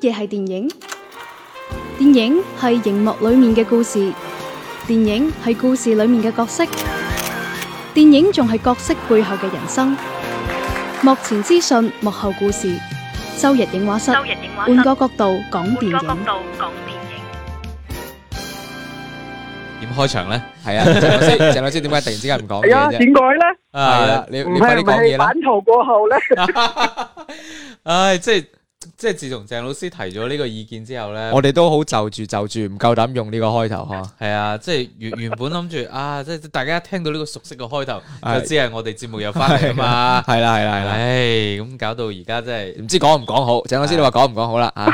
嘢係電影？電影係熒幕裏面嘅故事，電影係故事裏面嘅角色，電影仲係角色背後嘅人生。幕前資訊，幕後故事。周日映畫室，周日映畫室換個角度講電換個角影。度講電影。點開場咧？系啊，郑老師，鄭老師點解突然之間唔講嘢系啊，啫？点解咧？係啊啦，，你唔你快啲系講唔系嘢啦。版圖過後 咧，哎 唉，即係即係自從鄭老師提咗呢個意見之後咧，我哋都好就住就住，唔夠膽用呢個開頭呵。係啊，即係原 原本諗住啊，即係大家一聽到呢個熟悉嘅開頭，係就知係我哋節目又翻嚟啊嘛。係啦係啦係啦，唉，咁搞到而家真係唔知講唔講好？鄭老師你話講唔講好啦啊？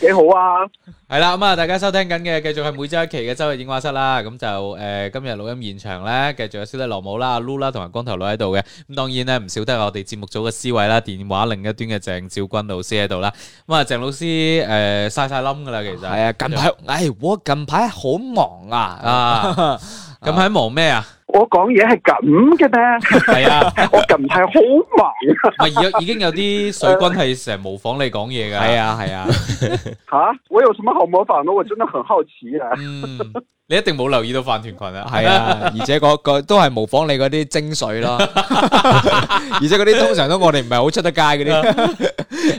幾好啊！係啦，咁啊，大家收聽緊嘅繼續係每周一期嘅周日映畫室啦。咁就诶，今日錄音現場咧，繼續有小弟羅姆啦、阿 Lu 啦同埋光頭佬喺度嘅。咁當然咧，唔少得我哋節目組嘅思維啦，電話另一端嘅鄭兆君老師喺度啦。咁啊，鄭老師诶，晒晒冧噶啦，其實係啊，近排唉，我近排好忙 À. 啊，啊 咁喺忙咩啊？我講嘢係咁嘅咩？ 系啊，我近排好忙咪有已經有啲水軍係成日模仿你講嘢噶。啊，係，啊係啊，啊！我有什麼好模仿的？我真的很好奇啊！嗯，你一定冇留意到飯團群啊。係啊，而且嗰個都係模仿你嗰啲精髓咯，而且嗰啲通常都我哋唔係好出得街嗰啲。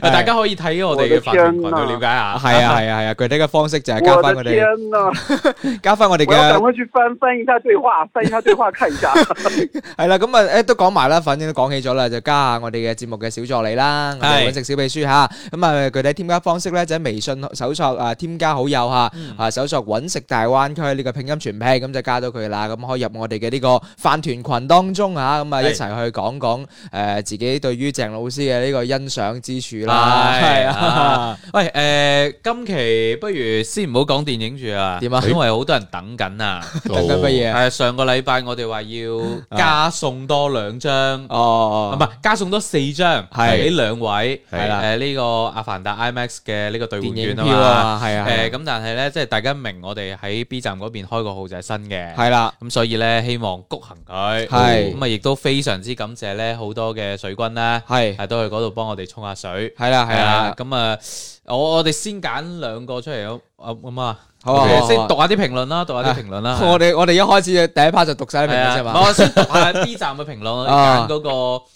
啊， 大家可以睇我哋嘅飯啊團群去了解下。係啊係啊係啊，具體嘅方式就 係加我翻的我天哋，呐！加翻我哋我要趕嘅快去翻翻一下對話，翻一下對話看一下。 係啦，咁啊诶都講埋啦，反正都講起咗啦，就加下我哋嘅節目嘅小助理啦，我係哋揾食小秘書吓，咁啊具體添加方式咧就喺微信搜索啊添加好友吓，啊搜索揾食大灣區呢個拼音全拼咁就加到佢啦，咁可以入我哋嘅呢個飯團群當中吓，咁啊係一齊去講講诶自己對於鄭老師嘅呢個欣賞之處啦，係係啊啊，，喂，誒，今期不如先唔好講電影住啊，點啊因為好多人等緊啊， 等緊乜嘢？係上個禮拜我哋話要加送多兩張，唔 哦，係加送多四張，係俾兩位，係啦誒呢個《阿凡達 IMAX》嘅呢個兑換電影券啊票嘛。啊，係啊，誒咁，但係咧，即係大家明我哋喺 B 站嗰邊開個號就係新嘅，係啦，咁所以咧希望谷行佢，係咁啊亦都非常之感謝咧好多嘅水軍啦，係係都去嗰度幫我哋沖下水，係啦，係係啊啦，，咁啊我我哋先揀兩個出嚟咁咁啊，好啊，好啊先讀下啲評論啦，讀下啲評論啦， 我哋我哋一開始就第一 part 就讀晒啲名啊係嘅啫啊，嘛。我先讀下 B 站嘅評論，揀啊嗰個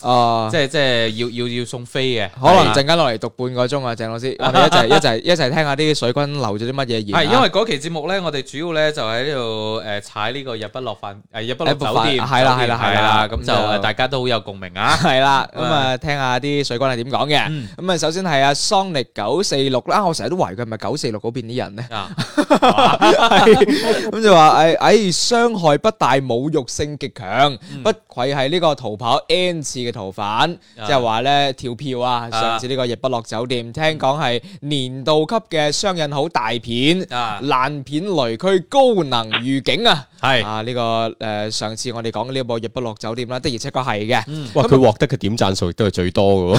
哦，即係啊即係要要要送飛嘅，可能陣間落嚟讀半個鐘啊，鄭 老師，我哋一齊一齊一齊聽下啲水軍留咗啲乜嘢言啊。係，因 為嗰期節目咧，我哋主要咧就喺呢度誒踩呢個日不落飯誒日不落日不落酒店，飯係啦酒店係啦係啦咁咁就就誒大家都好有共鳴啊！係啦，咁啊聽下啲水軍係點講嘅。嗯咁啊，首先係阿桑力九四六啦，啊我成日都懷疑佢係咪九四六嗰邊啲人咧。啊， 咁就話誒誒傷害不大，侮辱性極強，嗯不愧係呢個逃跑 N 次嘅逃犯，啊即係話咧跳票啊！啊上次呢個日不落酒店，聽講係年度級嘅雙引號大片，啊爛片雷區高能預警啊！係啊，呢個誒上次我哋講嘅呢部《日不落酒店》啦，的而且確係嘅。嗯哇！佢獲得嘅點贊數亦都係最多 嘅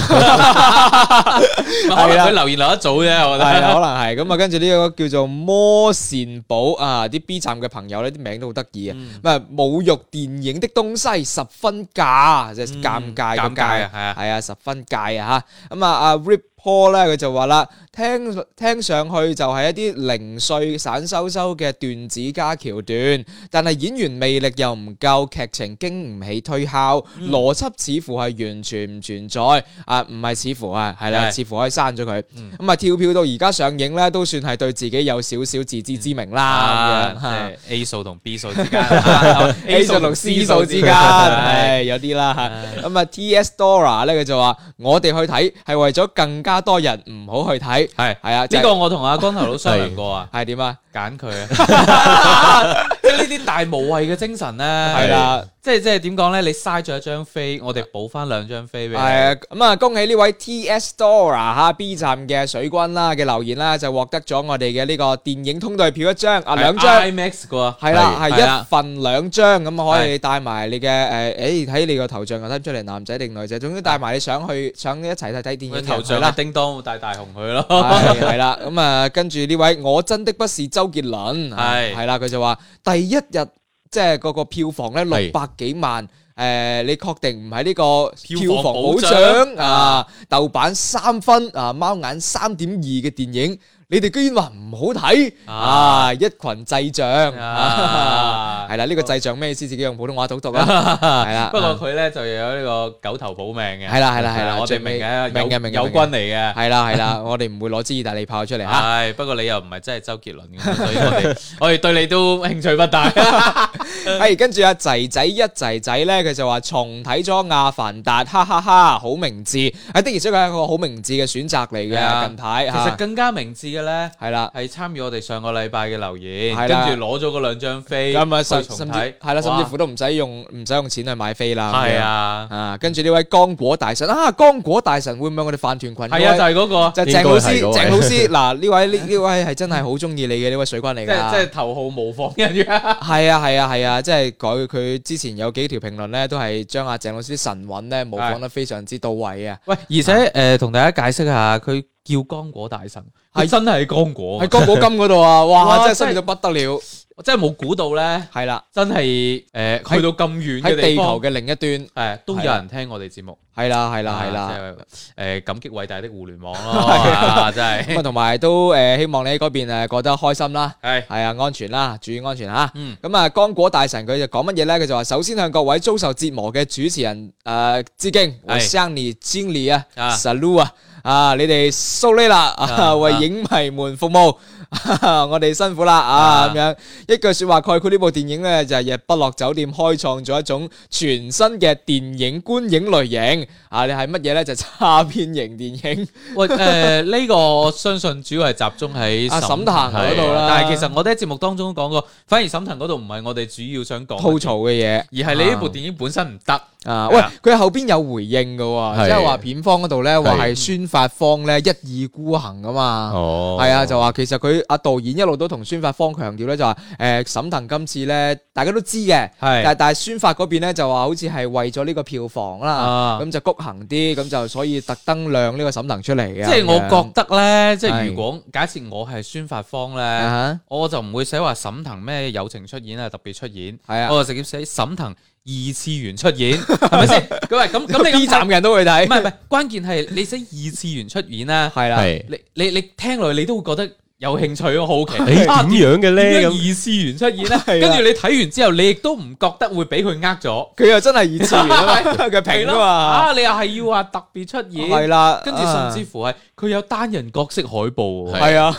喎， 可能係啊佢留言留得早啫，我覺係啦，得。可能係咁啊。跟住呢個叫做魔善寶啊，啲 B 站嘅朋友呢啲名都好得意啊。嗯咁啊，侮辱電影的東西十分尬，即係尷尬嗯尷尬尷尬啊係啊係啊，十分尬啊嚇。咁啊，阿 Rip Paul 咧，佢就話啦，聽聽上去就係一啲零碎散收收嘅段子加橋段，但係演員魅力又唔夠，劇情經唔起推敲，嗯邏輯似乎係完全唔存在啊，唔係似乎啊，係啦，係嗯似乎可以刪咗佢。咁啊，跳票到而家上映咧，都算係對自己有少少自知之明啦。咁樣啊，即係 A 數同 B 數之 間啊 A 數同 C 數之係間，係有啲啦嚇。咁啊，T.S. Dora 咧，佢就話：我哋去睇係為咗更加多人唔好去睇。係係啊，呢個我同阿光頭佬商量過啊， 係點啊？揀佢 啊，即係呢啲大無畏嘅精神咧，係係啦，即係即係點講咧？你嘥咗一張飛，我哋補翻兩張飛俾你。係啊，咁啊，恭喜呢位 T.S. Dora 嚇 B 站嘅水軍啦嘅留言啦，就獲得咗我哋嘅呢個電影通兑票一張啊兩張。 IMAX 噶，係啦，係係啦一份兩張咁啊可係以帶埋你嘅誒，誒睇你個頭像啊，睇唔出嚟男仔定女仔，總之帶埋你想去想一齊睇睇電影佢嘅頭係像啦，啦。叮當大大紅佢咯。 係係啦，咁啊，跟住呢位我真的不是周杰倫，係係啦，佢就話第一日即係嗰個票房咧係六百幾萬，诶，你確定唔係呢個票房保票房障啊？豆瓣三分啊，貓眼三點二嘅電影，你哋居然話唔好睇啊啊！一群智障啊！啊係啦，呢個智障咩意思？自己用普通話讀啊讀啦， 係啦。不過佢咧就有呢個九頭保命嘅，係啦係啦係啦我最哋明尾嘅，明嘅有明嘅有明軍嘅嚟嘅。係啦係啦，我哋唔會攞支意大利炮出嚟啊吓。系，不過你又唔係真係周杰倫咁，所以我哋我哋對你都興趣不大。 系哎跟住阿仔仔一仔仔咧，佢就話重睇咗《阿凡達》，哈哈哈，好明智。啊的而且確係一個好明智嘅選擇嚟係啊嘅，近排其吓實更加明智嘅咧，係啦。係參與我哋上個禮拜嘅留言，係跟啦住攞咗嗰兩張飛，咁啊，去甚重甚至睇係啦，甚至乎哇都唔使用唔使用錢去買飛啦。係，啊，啊，跟住呢位剛果大神啊，剛果大神會唔會我哋飯團群嗰位？係啊，就係嗰個，就應該鄭老師，係嗰位鄭老 師嗱呢位呢呢位係真係好中意你嘅呢位水軍嚟即係即㗎。係頭號模仿人員。係啊係啊係啊，即係佢佢之前有幾條評論咧，都係將阿鄭老師啲神韻咧模仿得非常之到位啊。喂，而且诶，同大家解釋下，佢叫剛果大神，係係真係剛果喺，光寶金嗰度啊，哇！哇真係犀利到不得了，我真係冇估到咧，係啦，真係诶去到咁遠喺嘅地地球方。嘅另一端，诶，都有人聽我哋節目，係啦，係係啦，係啦。，诶，感激偉大的互聯網咯， 啊真咁啊，係同埋都诶，希望你喺嗰邊诶過得開心啦，係係啊，安全啦，注意安全吓。嗯，咁啊，剛果大神佢就講乜嘢咧？佢就話：首先向各位遭受折磨嘅主持人诶致敬，我係向你經理啊啊，salut 啊！啊！你哋蘇呢啦，啊啊為影迷們服務， 我哋辛苦啦啊！啊咁樣一句説話概括呢部電影呢，就係、日不落酒店開創咗一種全新嘅電影觀影類型啊！你係乜嘢呢？就差片型電影，喂，诶，呢個我相信主要係集中喺啊 À, 沈騰嗰度啦係但係其實我哋喺節目當中講過，反而沈騰嗰度唔係我哋主要想吐講嘅，槽嘅嘢。而係你呢部電影本身唔得。啊！係喂啊，佢後邊有回應嘅喎，係即係話片方嗰度咧話係係宣發方咧一意孤行啊嘛。哦，係啊，就話其實佢阿導演一路都同宣發方強調咧，就話誒沈騰今次咧大家都知嘅，係但但係宣發嗰邊咧就話好似係為咗呢個票房啦，啊，咁就谷行啲，咁就所以特登亮呢個沈騰出嚟嘅。即係我覺得咧，即係係如果假設我係宣發方咁樣咧，啊我就唔會寫話沈騰咩友情出演啊，特別出演。哈，係啊，我就直接寫沈騰二次元出演，係 咪先？佢話咁咁你 B 咁站睇嘅人都會睇，唔係唔係，關鍵係你寫二次元出演啦，係啦，係。你你你聽落去你都會覺得有興趣咯， 好奇。誒啊點樣嘅點咧？樣咁二次元出現咧？係跟啦住你睇完之後，你亦都唔覺得會俾佢呃咗，佢又真係二次元 啊嘛，佢係評咯？啊嘛，啊，你又係要話特別出係演，啦，啊跟住甚至乎係佢有單人角色海報喎，係啊。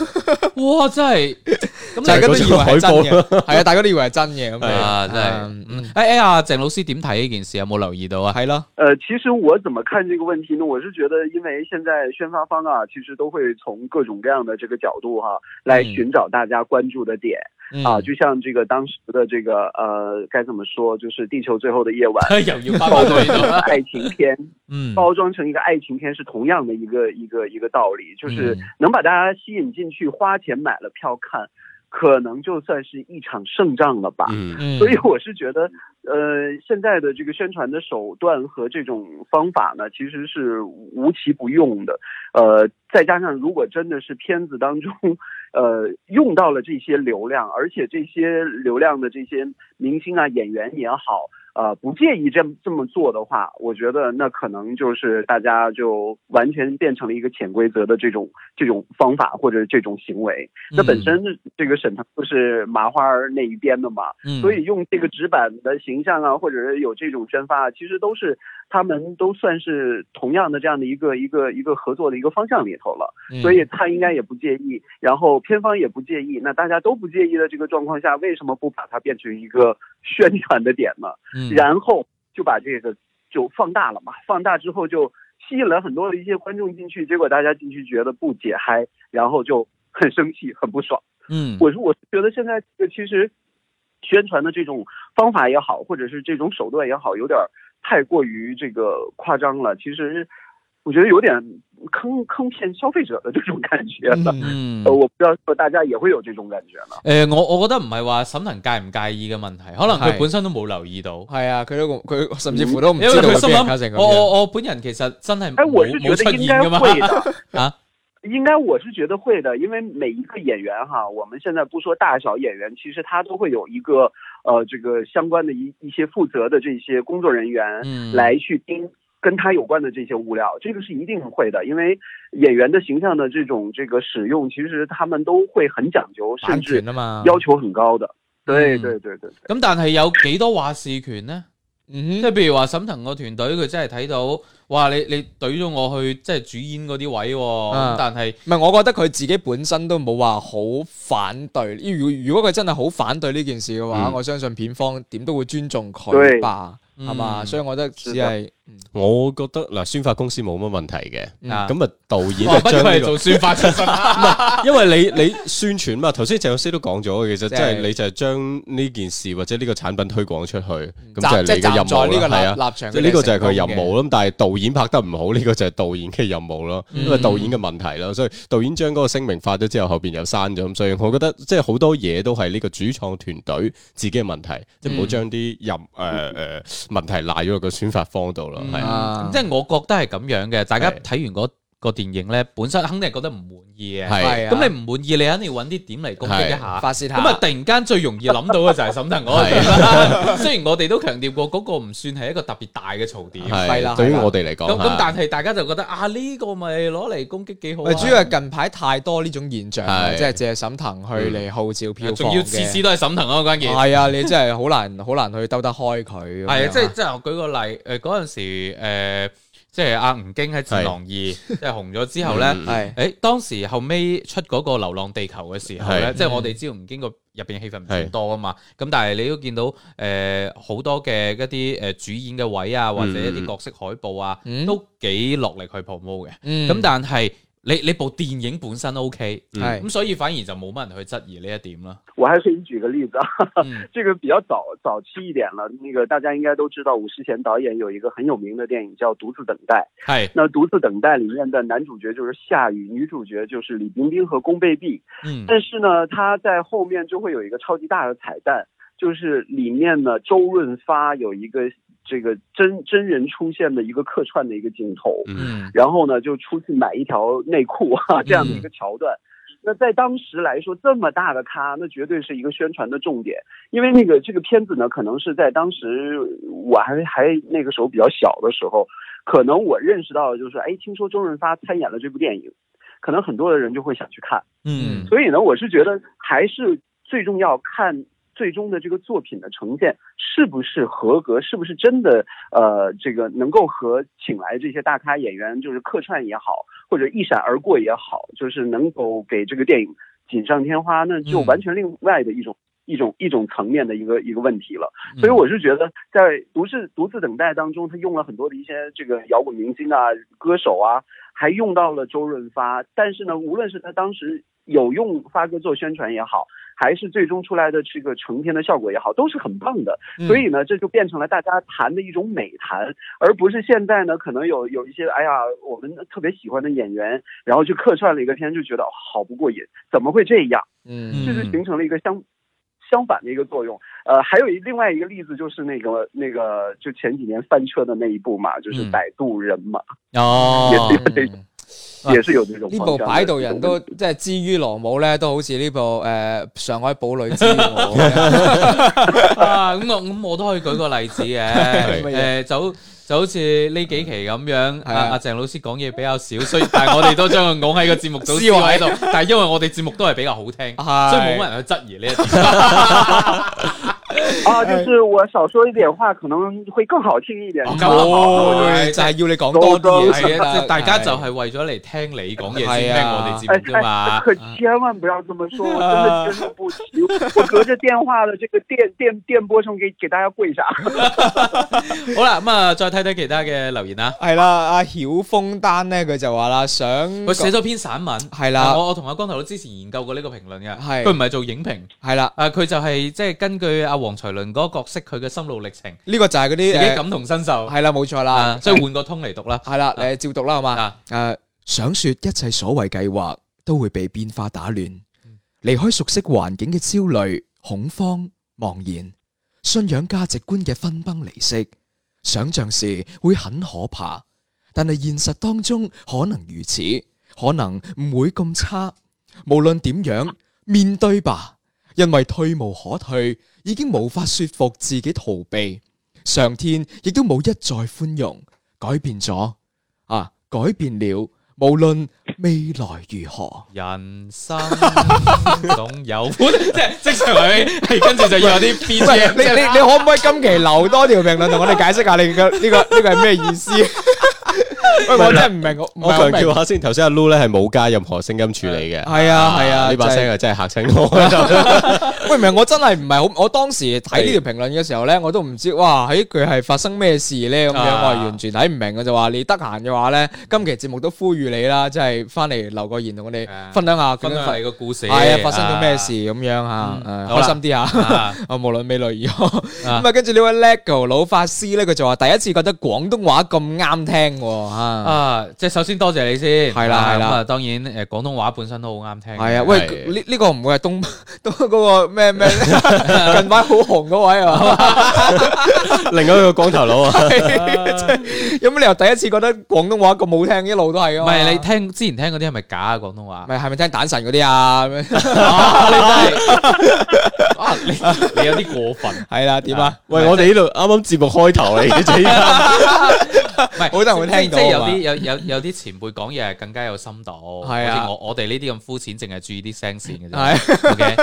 哇！ 真係咁大你家都以為係真就係嗰張嘅，係啊，大家都以為係真嘅咁 樣，啊，真嗯係嗯。誒誒，阿鄭老師點睇呢件事？有冇留意到啊？係咯，呃，其实我怎么看这个问题呢？我是觉得，因为现在宣发方啊，其实都会从各种各样的这个角度嗯哈、来寻找大家关注的点、啊。就像这个当时的这个呃，该怎么说，就是《地球最后的夜晚 又要翻返去呢度》啦。爱情片，嗯，包装成一个爱情片是同样的一个一个一个道理，就是嗯能把大家吸引进去，花钱买了票看，可能就算是一场胜仗了吧。嗯，嗯所以我是觉得，呃，现在的这个宣传的手段和这种方法呢，其实是无奇不用的。呃，再加上如果真的是片子当中，呃，用到了这些流量，而且这些流量的这些明星啊、演员也好，呃，不介意这么这么做的话，我觉得那可能就是大家就完全变成了一个潜规则的这种这种方法或者这种行为。那本身这个沈腾就是麻花儿那一边的嘛，嗯所以用这个纸板的形象啊，或者是有这种宣发啊，其实都是他们都算是同样的这样的一个一个一个合作的一个方向里头了。嗯所以他应该也不介意，然后片方也不介意。那大家都不介意的这个状况下，为什么不把它变成一个宣传的点呢？嗯然后就把这个就放大了嘛，放大之后就吸引了很多的一些观众进去，结果大家进去觉得不解嗨，然后就很生气、很不爽。嗯我是我是觉得现在这个其实宣传的这种方法也好，或者是这种手段也好，有点儿太过于这个夸张了。其实我觉得有点坑坑骗消费者的这种感觉了。嗯嗯呃，我不知道说大家也会有这种感觉呢。诶、呃我我觉得唔係話沈騰介唔介意嘅問題，可能係佢本身都冇留意到，係啊，佢都佢甚至乎都唔嗯因為知道佢佢心俾人搞成咁諗，我樣。我我本人其實真係哎，冇我是觉冇出得应現该噶嘛会的啊！ 应该我是觉得会的，因为每一个演员哈，我们现在不说大小演员，其实他都会有一个呃这个相关的一一些负责的这些工作人员嗯来去盯跟他有关的这些物料，这个是一定会的，因为演员的形象的这种这个使用，其实他们都会很讲究，甚版至權啊嘛，要求很高的。对嗯对对对对， 咁但係有幾多話事權呢？嗯即哼係譬如話沈騰個團隊，佢真係睇到，哇！你你懟咗我去即係主演嗰啲位喎，咁啊但係唔係，我覺得佢自己本身都冇話好反對。如如果佢真係好反對呢件事嘅話，嗯我相信片方點都會尊重對佢吧，係嘛？嗯所以我覺得只係嗯我覺得嗱，宣發公司冇乜問題嘅，嗯哦啊咁啊導演哇，啊不將佢呢係個 做宣發出身，因為你你宣傳嘛，頭先鄭老師都講咗嘅，其實即即係係你就係將呢件事或者呢個產品推廣出去，咁就係站即係你嘅任站在呢務個立啦，係啊。立場，即係呢個就係佢任嘅。務啦，咁但係導演拍得唔好，呢、個就係導演嘅任務咯，因為嗯導演嘅問題啦，所以導演將嗰個聲明發咗之後，後邊又刪咗，咁所以我覺得即係好多嘢都係呢個主創團隊自己嘅問題，即係唔好將啲嗯任誒誒問題賴咗落個宣發方度咯，係啊。啊咁即係我覺得係咁樣嘅，大家係睇完嗰個電影咧，本身肯定係覺得唔滿意嘅。係係啊咁你唔滿意，你肯定要揾啲點嚟攻擊一下。發泄下咁啊，突然間最容易諗到嘅就係沈騰嗰 個點啊 啦。雖然我哋都強調過嗰個唔算係一個特別大嘅槽點，咁係啦係對於係啦我哋嚟講，咁係但係大家就覺得啊呢個咪攞嚟攻擊幾好啊喂，主要係近排太多呢種現象啦，係即係借沈騰去嚟號召票房嗯仲要次次嘅。都係沈騰嗰個關鍵。係啊，你真係好難 好難去兜得開佢咁樣。係啊，即係即係我舉個例，誒嗰陣時誒，即係阿吳京喺《戰狼二》即係紅咗之後咧。嗯係诶，當時後尾出嗰個《流浪地球》嘅時候咧，係即係我哋知道唔經過入邊戲份唔算多啊嘛，咁但係你都見到诶好、多嘅一啲诶主演嘅位啊，或者一啲角色海報啊，嗯都幾落力去 promote 嘅。咁、嗯但係你你部電影本身 OK，嗯係咁所以反而就冇乜人去質疑呢一點 啦。我还可以举个例子啊，嗯这个比较早早期一点了。那个大家应该都知道，伍世贤导演有一个很有名的电影叫《独自等待》。係，那《独自等待》里面的男主角就是夏雨，女主角就是李冰冰和龚贝碧。嗯但是呢，他在后面就会有一个超级大的彩蛋，就是里面呢周润发有一个这个真真人出现的一个客串的一个镜头，嗯然后呢就出去买一条内裤 啊这样的一个桥段。那在当时来说，这么大的咖，那绝对是一个宣传的重点，因为那个这个片子呢，可能是在当时我还还那个时候比较小的时候，可能我认识到的就是，哎，听说周润发参演了这部电影，可能很多的人就会想去看。嗯所以呢，我是觉得还是最重要看最终的这个作品的呈现是不是合格，是不是真的呃，这个能够和请来这些大咖演员就是客串也好，或者一闪而过也好，就是能够给这个电影锦上添花，那就嗯完全另外的一种。一种一种层面的一个一个问题了，所以我是觉得在独自独自等待当中，他用了很多的一些这个摇滚明星啊、歌手啊，还用到了周润发。但是呢，无论是他当时有用发哥做宣传也好，还是最终出来的这个成片的效果也好，都是很棒的。嗯所以呢，这就变成了大家谈的一种美谈，而不是现在呢，可能有有一些哎呀，我们特别喜欢的演员，然后去客串了一个片，就觉得哦好不过瘾，怎么会这样？嗯这就形成了一个相相反的一个作用。呃，还有一另外一个例子就是那个那个就前几年翻车的那一部嘛，就是嗯《摆渡人》嘛，哦，也是有这嗯种。也是有这种呢方部向擺的渡这人种都即係至於羅姆咧，都好似呢部誒、呃上海堡壘 之王啊，咁我咁我都可以舉個例子嘅，係誒就就好似呢幾期咁樣，阿係啊阿鄭老師講嘢比較少，所以 但係我哋都將佢拱喺個節目組思維度，但係因為我哋節目都係比較好 聽，所以係冇乜人去質疑呢一點。呃啊，就是我少说一点话，可能会更好听一点。哦哦就係要你講 多啲嘢先係啊，即係得，大家就係係為咗嚟聽你講嘢係先聽啊我哋哎節目啫嘛。 可嗯千万不要这么说，我真的经受不起。我隔着电话的这个电电电波声给给大家跪下。好啦，咁啊，再睇睇其他嘅留言啦。係啦。阿曉峰丹咧，佢就話啦，想佢寫哦咗篇散文，嗯啊係啦我我同阿光頭佬之前研究過呢個評論嘅，係佢唔係做影評，係啦，啊佢就係即係根據阿黃才倫嗰個角色佢嘅心路歷程。呢、個就係嗰自己啲感同身受誒，係啦，冇錯啦啊，，所以換個通嚟讀啦。 係啦，誒照讀啦，好嘛？啊，誒、想說一切所謂計劃都會被變化打亂，離開熟悉環境嘅焦慮、恐慌、茫然，信仰價值觀嘅分崩離析，想像時會很可怕，但係現實當中可能如此，可能唔會咁差。無論點樣，面對吧，因為退無可退，已經無法說服自己逃避。上天亦都冇一再寬容，改變咗 À, 啊，改變了。無論未來如 何，人生總有本， 即係即上嚟，係跟住就要有啲 B G 喂，你你你可唔可以今期留多條評論同我哋解釋下你嘅呢個呢個係咩意思？喂，我真係唔明，我我強調下先，頭先阿 Lu 咧係冇加任何聲音處理嘅，係啊係啊呢把就係聲啊真係嚇親我。 喂，唔係我真係唔係好，我當時睇呢條評論嘅時候咧，我都唔知哇，喺佢係發生咩事咧咁樣，啊我係完全睇唔明，我就話你得閒嘅話咧，今期節目都呼籲你啦，即係翻嚟留個言同我哋啊分享下究分竟享發你個故事，係啊發生咗咩事咁樣嚇，嗯誒好啦開心啲嚇。啊？ 啊，無論未來如何，啊咁啊，跟住呢位 LEGO 老法師咧，佢就話第一次覺得廣東話咁啱聽喎嚇，啊，即係首先多謝你先，係啦啊係啦咁啊，當然誒廣東話本身都好啱聽嘅，係啊，喂，係呢呢個唔會係東 東嗰個 咩咩近排好紅嗰位啊？另外一個光頭佬啊，有乜理由第一次覺得廣東話咁好聽，一路都係唔啊？係你聽之前聽嗰啲係咪假啊廣東話？咪係咪聽蛋神嗰啲啊？咁樣 啊，你你有啲過分，係啦，點啊？喂，我哋呢度啱啱節目開頭 嚟嘅啫，依家唔係好多人會聽即到係有啊嘛啲有有有啲前輩講嘢係更加有深度，係啊好似我我哋呢啲咁膚淺，淨係注意啲聲線嘅啫。係 OK，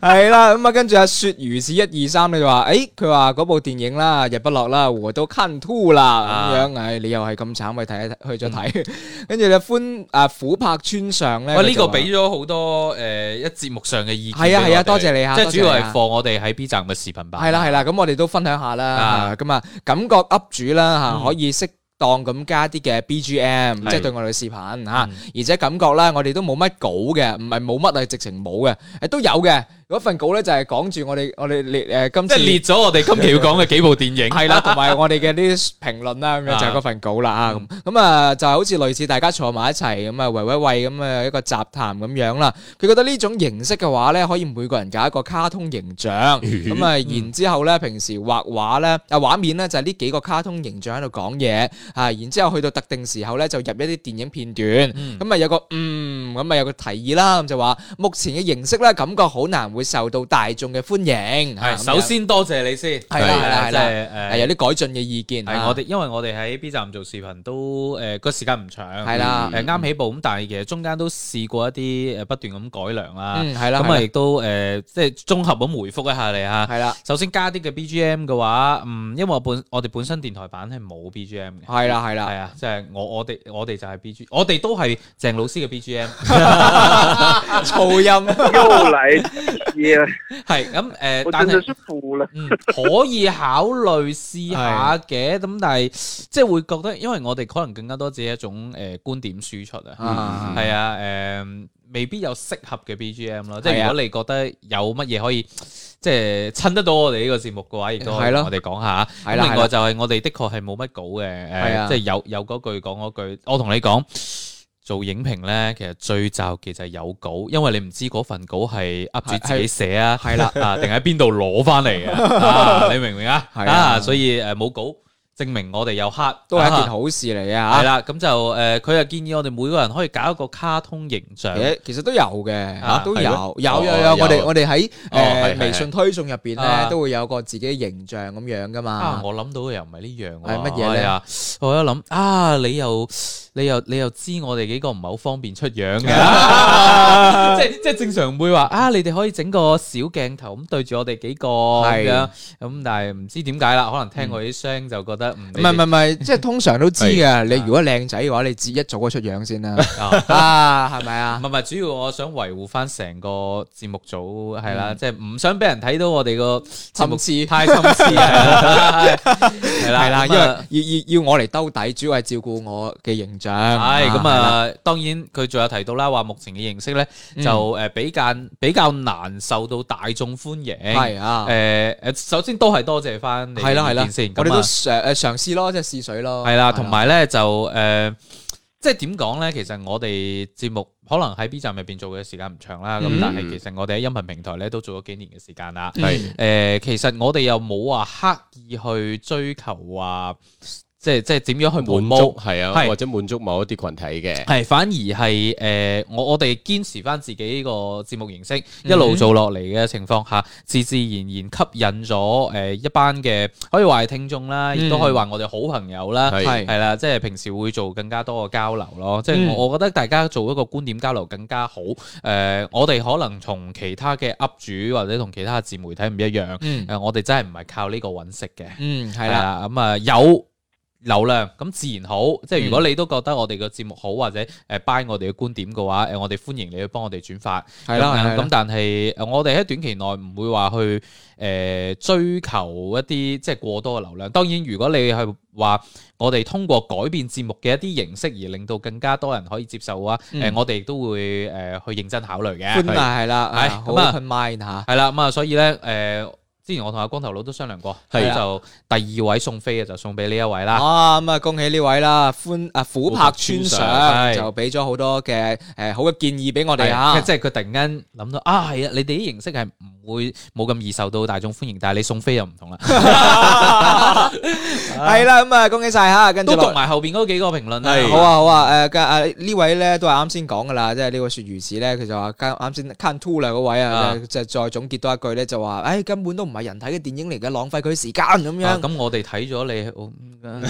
係啦，咁啊，跟住阿雪如是一二三，你就話，誒，佢話嗰部電影啦，日不落啦，和都看吐啦，咁樣，唉，你又係咁慘去睇一睇去 咗睇，跟住你歡啊琥珀村上咧，喂，呢個佢就話啊俾咗好多誒一節目上嘅意見俾我係啊哋。係啊多謝你啊即係多謝主要你係啊放我哋喺 B 站嘅視頻版。係啦係啦，咁我哋都分享下啦啊，咁啊，感覺 up 主啦嗯吓，可以適當咁加啲嘅 BGM，係即係對我哋嘅視頻吓。嗯，而且感覺咧，我哋都冇乜稿嘅，唔係冇乜係直情冇嘅，誒都有嘅。嗰份稿咧就係講住我哋我哋列誒今即係次列咗我哋今期要講嘅幾部電影。係啦，同埋我哋嘅呢啲評論啦，咁樣啊嗯就係嗰份稿啦啊咁咁啊，就好似類似大家坐埋一齊咁啊，圍圍圍咁啊一個雜談咁樣啦。佢覺得呢種形式嘅話咧，可以每個人搞一個卡通 形象，咁啊，嗯然之後咧平時畫畫咧啊畫面咧就係呢幾個卡通形象喺度講嘢啊，然之後去到特定時候咧就入一啲電影片段。嗯咁啊有個嗯，咁啊有個提議啦，咁就話目前嘅形式咧，感覺好難會受到大眾嘅歡迎。啊係，首先多謝你先。係啦係啦係即啦係係啊誒有。啲改進嘅意見。系啊我哋，因為我哋喺 B 站做視頻都誒個時間唔長，係啦誒啱起步咁，但係其實中間都試過一啲誒不斷咁改良啦，嗯，係啦，咁係啊啦亦都誒即係綜合咁回覆一下你嚇。係啦，首先加啲嘅 BGM 嘅話，嗯，因為我本我哋本身電台版係冇 BGM 嘅。係啦，係係啦，啊，即係我我哋我哋就係 B G，我哋都係鄭老師嘅 B G M，噪音 又来也，係咁誒我，但真的係是服了。嗯可以考慮試下嘅，咁但係即係會覺得，因為我哋可能更加多只係一種誒觀點輸出啊，啊係啊，誒未必有適合嘅 BGM 咯，即係係啊如果你覺得有乜嘢可以即係襯得到我哋呢個節目嘅話，亦都可以係咯同我哋講下。咁係另啦係外啦就係我哋的確係冇乜稿嘅，係誒啊即係有有嗰句講嗰句，我同你講。做影評咧，其實最罩忌就係有稿，因為你唔知嗰份稿係噏住自己寫啊，係 啦，啊定喺邊度攞翻嚟嘅，啊你明唔明啊？係啊啊，所以誒冇稿，證明我哋有黑，都係一件啊。好事嚟係嘅啦，咁就誒，佢就建議我哋每個人可以搞一個卡通形象嚇。，其其實都有啊嘅，都有係咩有有哦有，我哋有我哋喺哦係誒係微信推送入邊啊咧，都會有個自己嘅形象咁樣噶啊！嘛。我諗到嘅又唔係呢樣喎，係乜嘢咧係啊？我一諗啊，你又你又你又知我哋幾個唔係好方便出樣嘅，即係即係正常唔會話啊，你哋可以整個小鏡頭咁對住我哋幾個咁係樣咁，但係唔知點解啦，可能聽我啲聲就覺得唔唔係唔係唔係，即係通常都知嘅。你係如果靚仔嘅話，你自一早就出樣 先啦。係。啊啊， 係咪唔啊？係唔係，主要我想維護翻成個節目組係啦，即係唔想俾人睇到我哋個節目心思太心思係啦， 係啦，係啦，因咁為啊要要要我嚟兜底，主要係照顧我嘅形象。係咁啊，當然佢仲有提到啦，話目前嘅形式咧就嗯誒比較比較難受到大眾歡迎。係啦，係啊，誒誒，首先都係多謝翻你係啦係嘅意啦見先，，我哋咁啊都嘗誒嘗試咯，即係試水咯。係啦，同埋咧就誒。即係點講咧？其實我哋節目可能喺 B 站入邊做嘅時間唔長啦，咁、嗯但係其實我哋喺音頻平台咧都做咗幾年嘅時間啦。係誒、其實我哋又冇話刻意去追求話即係即係點樣去滿滿足足。係啊，係或者滿足某一啲群體嘅。係，反而係誒、呃我我哋堅持翻自己呢個節目形嗯式，一路做落嚟嘅情況下，自自然然吸引咗誒、呃一班嘅可以話係聽眾啦，亦都嗯可以話我哋好朋友啦，係係係啦，即係平時會做更加多嘅交流咯。即係嗯我我覺得大家做一個觀點交流更加好。誒、我哋可能同其他嘅 up 主或者同其他嘅自媒體唔一樣，誒、嗯我哋真係唔係靠呢個揾食嘅。嗯，系係啦，啦，咁啊有流量，咁自然好。嗯即係如果你都覺得我哋嘅節目好，或者誒 buy 我哋嘅觀點嘅話，誒我哋歡迎你去幫我哋轉發。系啦，咁樣係啦咁但係誒我哋喺短期內唔會話去誒、呃追求一啲即係過多嘅流量。當然，如果你係話我哋通過改變節目嘅一啲形式而令到更加多人可以接受嘅話，誒、嗯我哋都會誒、呃去認真考慮嘅。寬大係啦，係係好咁啊 open mind 吓，係啦，咁啊，所以咧，诶、之前我同阿光頭佬都商量過，係咁啊就第二位送飛嘅就送俾呢一位啦。啊咁啊，恭喜呢位啦，寬啊虎柏村上係就俾咗好多嘅诶好嘅建議俾我係哋啊啊 吓，即係佢突然間諗到啊，係啊，你哋啲形式係唔會冇咁易受到大眾歡迎，但係你送飛又唔同 啦。係啦，咁啊恭喜晒吓，跟住都落讀埋後边嗰幾個評論係啦。好啊好啊，诶、嘅啊呢位咧都係啱先講噶啦，即係呢位雪魚子咧，佢就話啱啱先 Can Two 啦嗰位啊啊，就再總結多一句咧，就話，诶、根本都唔係人體嘅電影嚟嘅，浪費佢時間咁啊樣。咁我哋睇咗你嗯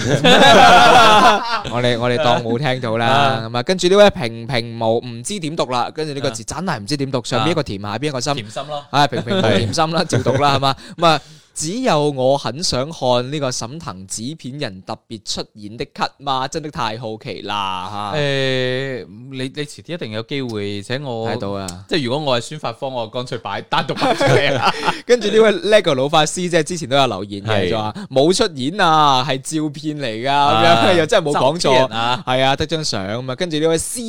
我， 我哋我哋當冇聽到啦，咁啊，跟住呢位平平無唔知點讀啦，跟住呢個字真係唔知點讀，上邊一個甜，下邊一個心，甜心咯。啊平平無甜心啦，照讀啦，係嘛，咁啊。只有我很想看呢個沈騰紙片人特別出演的咳嘛，真的太好奇啦哎嚇！诶，你你遲啲一定有機會請我睇。到 啊！即係如果我係宣發方，我乾脆擺單獨擺出 嚟啊啦。跟住呢位 LEGO 老法師，即係之前都有留言嘅，係就話冇出演啊，係照片嚟㗎，咁啊樣又真係冇 講執人錯。 啊！係啊，得張相啊嘛。跟住呢位思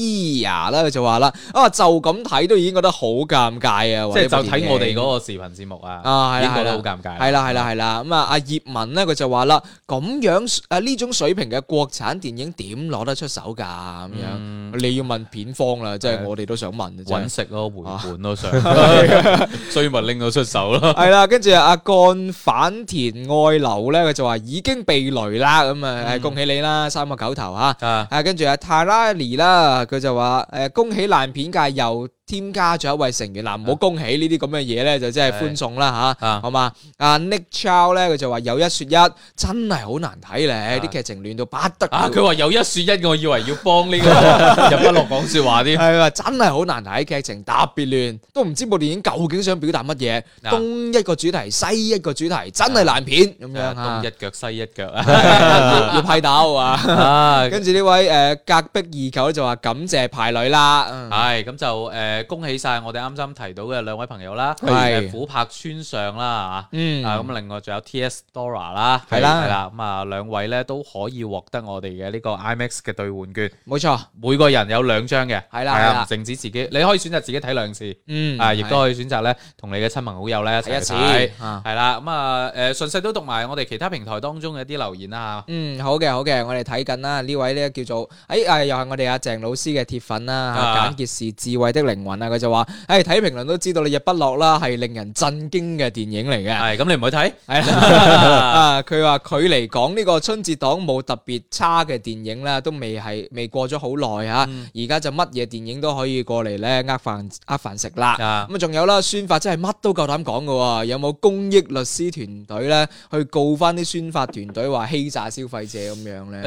雅咧，佢就話啦，啊就咁睇都已經覺得好尷尬啊，即或係者就部電睇影我哋嗰個視頻節目啊，啊，係已經啦，覺係得啦好尷尬。係啦，係啦，係啦。咁啊，阿葉文咧，佢就話啦，咁樣啊呢種水平嘅國產電影點攞得出手㗎？咁樣嗯你要問片方啦，即係係我哋都想問啊，真係揾食咯，回本咯， 想，所以咪拎到出手咯。系啦，跟住阿干反田愛流咧，佢就話已經避雷啦，咁啊，嗯係恭喜你啦，三個九頭吓。啊，啊，跟住阿泰拉尼啦，佢就話诶、誒恭喜爛片界又添加咗一位成員嗱，唔好恭喜呢啲咁嘅嘢咧，就真係歡送啦吓，啊好嘛？阿 Nick Chow 咧，佢就話有一说一，真係好難睇咧，啲劇情亂到不得了啊啊！佢話有一説一，我以為要幫呢 個入不落講説話添。係啊，真係好難睇，劇情特別亂，都唔知部電影究竟想表達乜嘢，嗱東一個主題，西一個主題，真係爛片咁樣啊啊啊東一腳西一腳 要要批鬥啊！啊！跟住呢位誒隔壁二狗就話感謝派女啦，嗯係咁就誒，恭喜晒我哋啱啱提到嘅兩位朋友啦，係誒琥珀村上啦嗯嚇，啊咁另外仲有 T.S. Dora 啦，係啦係啦，咁啊兩位咧都可以獲得我哋嘅呢個 IMAX 嘅兌換券，冇錯，每個人有兩張嘅，係啦係係啊，啦唔淨止自己，你可以選擇自己睇兩次。嗯啊，亦都可以選擇咧，同你嘅親朋好友咧一睇齊一去次睇，啊係啦，咁啊，誒順勢都讀埋我哋其他平台當中嘅一啲留言啦嗯，好嘅，好嘅，我哋睇緊啦。呢位呢叫做，誒、啊又係我哋阿鄭老師嘅鐵粉啦。啊啊、簡潔是智慧的靈魂啊，佢就話：，誒、睇評論都知道你日不落啦，係令人震驚嘅電影嚟嚇，係嘅。咁你唔去睇，係 啦，啊，佢話距離講呢個春節檔冇特別差嘅電影啦，都未係未過咗好耐嚇。而家、就乜嘢電影都可以過嚟咧，呃飯呃飯食啦。啊咁啊，仲有啦，宣發真係乜都夠膽講嘅喎，有冇公益律師團隊咧去告翻啲宣發團隊話欺詐消費者咁樣咧？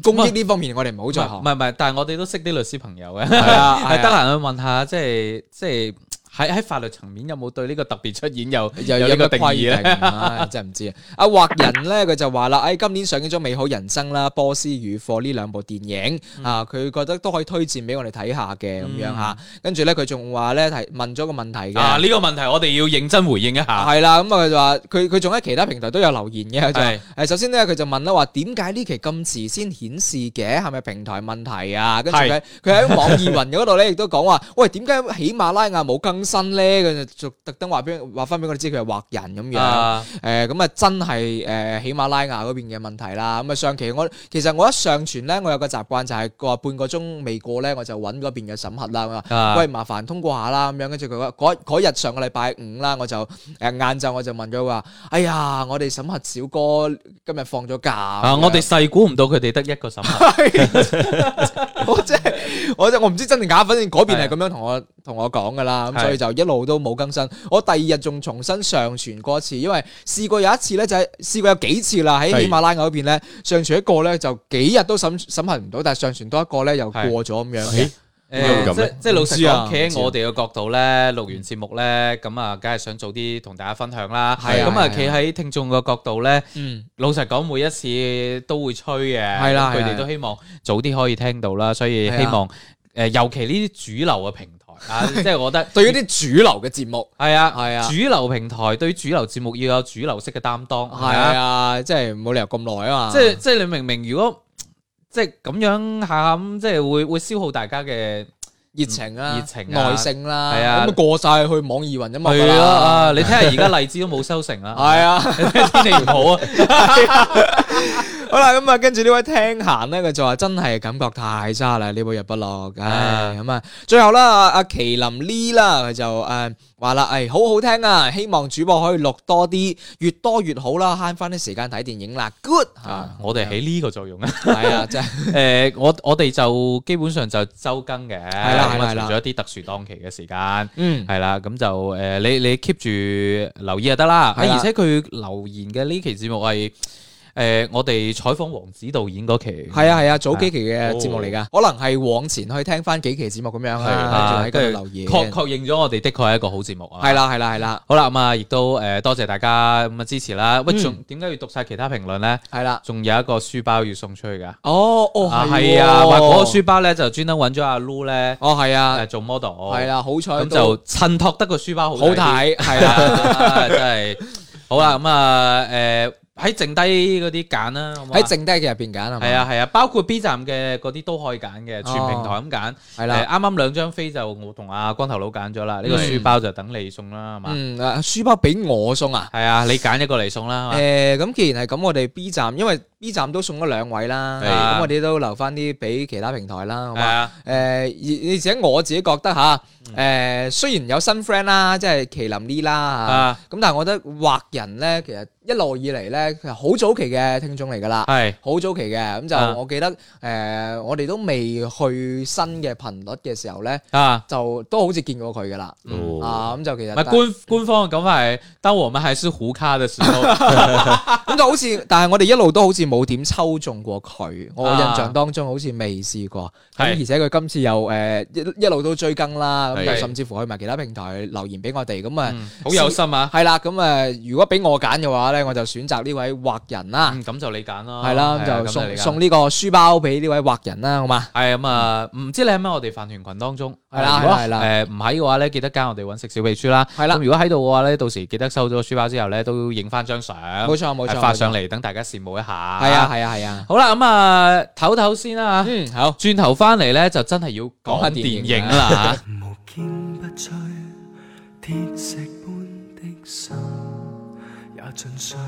誒公益呢方面我哋唔好唔再係唔學。係唔係，但係我哋都識啲律師朋友嘅，係 係啊，係得啊閒去問下，即係即係喺喺法律層面有冇對呢個特別出現有又呢個有個定定義啊義咧？咧，唉真係 唔知啊！阿畫人咧，佢就話啦：，誒，今年上映咗《美好人生》啦，《波斯與火》呢兩部電影嗯啊，佢覺得都可以推薦俾我哋睇下嘅咁樣嚇。跟住咧，佢仲話咧提問咗個問題嘅，啊，呢個問題我哋要認真回應一下，係啦，咁啊佢就話佢佢仲喺其他平台都有留言嘅，佢就話係誒，首先咧，佢就問啦，話點解呢期咁遲先顯示嘅？係咪平台問題啊？跟住佢佢喺網易雲嗰度咧，亦都講話，喂，點解喜馬拉雅冇更身咧？佢就特登話俾話翻俾我哋知佢係畫人咁樣。啊，誒咁啊，真係誒喜馬拉雅嗰邊嘅問題啦。咁啊，上期我其實我一上傳咧，我有個習慣就係個半個鐘未過咧，我就揾嗰邊嘅審核啦。我話啊喂，麻煩通過下啦咁樣。跟住佢話嗰嗰日上個禮拜五啦，我就誒晏晝我就問佢話：哎呀，我哋審核小哥今日放咗假。啊，我哋細估唔到佢哋得一個審 核，我真係我真我唔知真定假，反正嗰邊係咁樣同我同我講噶啦，啊係咁所以就一路都冇更新。我第二日仲重新上傳過一次，因為試過有一次咧，就係試過有幾次啦，喺係喜馬拉雅嗰邊咧上傳一個咧就幾日都審審核唔到，但係上傳多一個咧又過咗咁樣哎嘅。誒咁即咧即係老實唔知啊講，企喺我哋嘅角度咧，錄完節目咧，咁啊，梗係想早啲同大家分享啦。係啊咁係啊啊，企喺聽眾嘅角度咧，嗯，老實講，每一次都會吹嘅，係啦咁係佢啦哋都希望早啲可以聽到啦，所以係啊希望誒，尤其呢啲主流嘅平台 啊，即係我覺得對於啲主流嘅節目係啊，係啊主流平台對主流節目要有主流式嘅擔當，係。啊，即係冇理由咁耐啊嘛。即係即係你明明如果即係咁樣下下咁，即係會會消耗大家嘅熱情啊，熱情啊耐性啦，係啊咁過晒去網易雲啫嘛。係咯啊！你睇下而家荔枝都冇收成 啦，係啊。你睇下天氣唔好啊，好啦，咁啊，跟住呢位聽閒咧，佢就話真係感覺太差啦，呢部日不落，唉，咁啊，最後啦，阿麒麟呢啦，佢就誒話啦，誒好好聽啊，希望主播可以錄多啲，越多越好啦，慳翻啲時間睇電影啦，good 啊嚇，我哋起呢個作用啊。係啊，真 係誒，我我哋就基本上就周更嘅，係啦係啦係除啦咗一啲特殊檔期嘅時間。嗯係啦，咁就誒、呃你你 keep 住留意就得啦。哎係啦而且佢留言嘅呢期節目係誒、呃我哋採訪王子導演嗰期，係啊係啊，早幾期嘅節目嚟哦噶，可能係往前去聽翻幾期節目咁樣啦，係啊仲喺跟度住留言，確確認咗我哋的確係一個好節目啊。係啦係啦係啦好啦，咁啊，亦都誒、呃多謝大家咁啊支持啦。喂，嗯仲點解要讀晒其他評論咧？係啦，仲有一個書包要送出去㗎。哦哦啊，係係啊，話嗰個書，書包咧就專登揾咗阿 Lu 咧哦誒係啊，做 model。係啦，好彩咁都就襯托得個書包好好睇啲。睇，係系啦。啊， 真係好啦，咁啊，诶，喺剩低嗰啲揀啦，好唔好啊喺剩低嘅入邊揀係嘛？哦係，啊係啊，包括 B 站嘅嗰啲都可以揀嘅，全平台咁揀。係誒，啦。啱啱兩張飛就我同阿光頭佬揀咗啦，呢個嗯書包就等你送啦，係嘛？嗯，啊，書包俾我送啊！係啊，你揀一個嚟送啦，係嘛誒，咁既然係咁，我哋 B 站，因為 B 站都送咗兩位啦，係咁我哋都留翻啲俾其他平台啦，好係嘛？啊，嗯誒，而而且我自己覺得吓，誒，雖然有新 friend 啦，即係麒麟呢啦啊嚇，咁但係我覺得畫人咧，其實一路以嚟咧，佢係好早期嘅聽眾嚟㗎啦。係好早期嘅，咁啊就我記得，誒，我哋都未去新嘅頻率嘅時候咧，啊，就都好似見過佢㗎啦。嗯啊，咁就其實唔係官官方嘅講法係，當我們還是胡卡嘅時 候，嗯咁就好似，但係我哋一路都好似冇點抽中過佢，我啊印象當中好似未試過。咁係而且佢今次又誒一一路都追更啦，咁係又甚至乎去埋其他平台留言俾我哋，咁啊嗯好有心啊，係啦，咁呃誒如果俾我揀嘅話咧，我就選擇呢位畫人啦，嗯咁就你揀啦，係啦，啊咁就咁送你揀送呢個書包俾呢位畫人啦，好嘛？系咁啊，唔知你喺唔喺我哋飯團群當中？係啦如果係啦係啦誒唔喺嘅話咧，記得加我哋揾食小秘書啦。係啦咁如果喺度嘅話咧，到時記得收咗個書包之後咧，都影翻張相，冇冇錯冇錯，發上嚟，嚟等大家羨慕一下。係係啊，係啊係啊，好啦，咁啊，唞唞先啦嚇。嗯好，轉頭翻嚟咧，就真係要講講返電電影影啊啦嚇。無堅不摧，鐵石般的心也盡碎，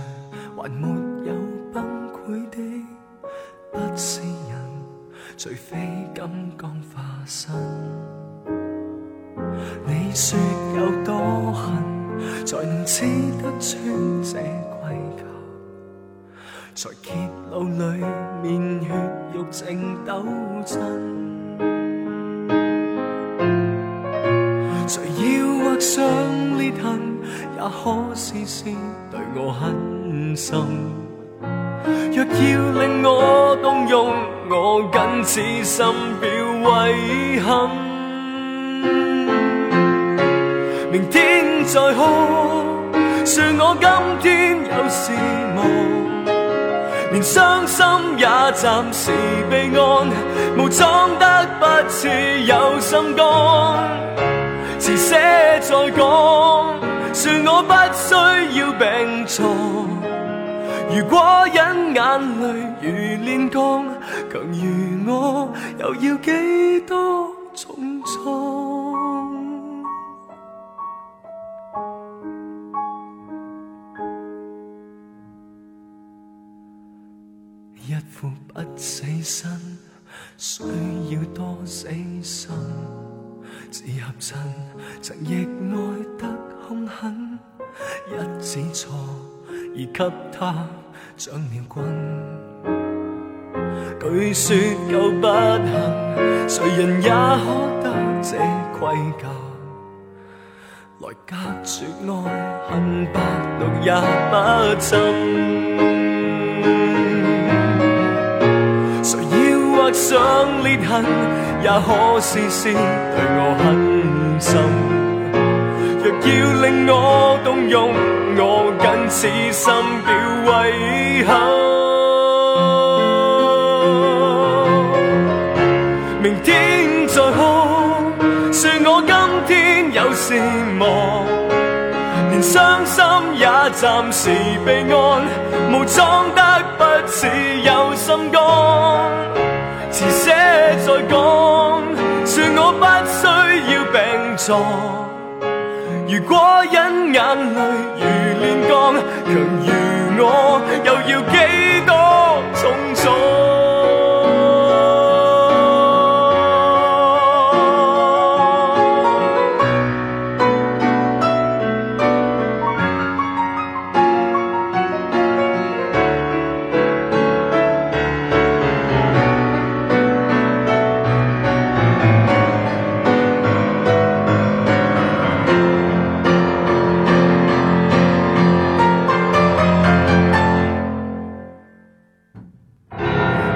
還沒有崩潰的不是人，除非金剛化身。你說有多恨，才能刺得穿這盔甲。在揭露裏面血肉正抖震。誰要畫上裂痕，也可試試對我狠心。若要令我動容，我僅此深表遺憾。明天再哭，算我今天有事忙。連傷心也暫時備案，無裝得不似有心肝。遲些再講，算我不需要病床。如果忍眼淚如煉鋼，強如我，又要幾多重創？身，需要多死心。只合襯，曾亦愛得凶狠，一指錯而給他掌了棍。據說夠不幸，誰人也可得這愧疚，來隔絕愛恨，百毒也不侵。誰要畫上裂痕，也可試試對我狠心。若要令我動容，我僅此心表遺憾。明天再哭，說我今天有事忙，連傷心也暫時備案，無裝得不似有心肝。遲些再講，說我不需要病床。如果因眼淚如煉鋼，強如我又要幾多重重？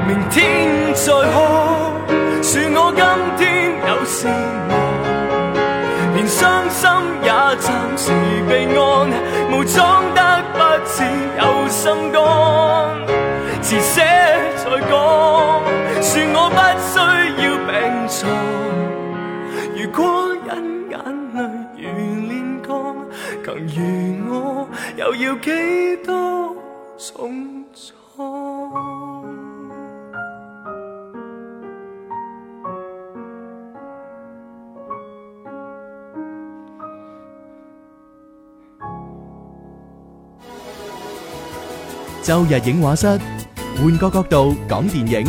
明天再哭，说我今天有事忙，連傷心也暫時備案，無裝得不似有心肝。遲些再講，說我不需要病床。如果因眼淚如煉鋼，強如我，又要幾多重創？周日影画室，換個角度講電影。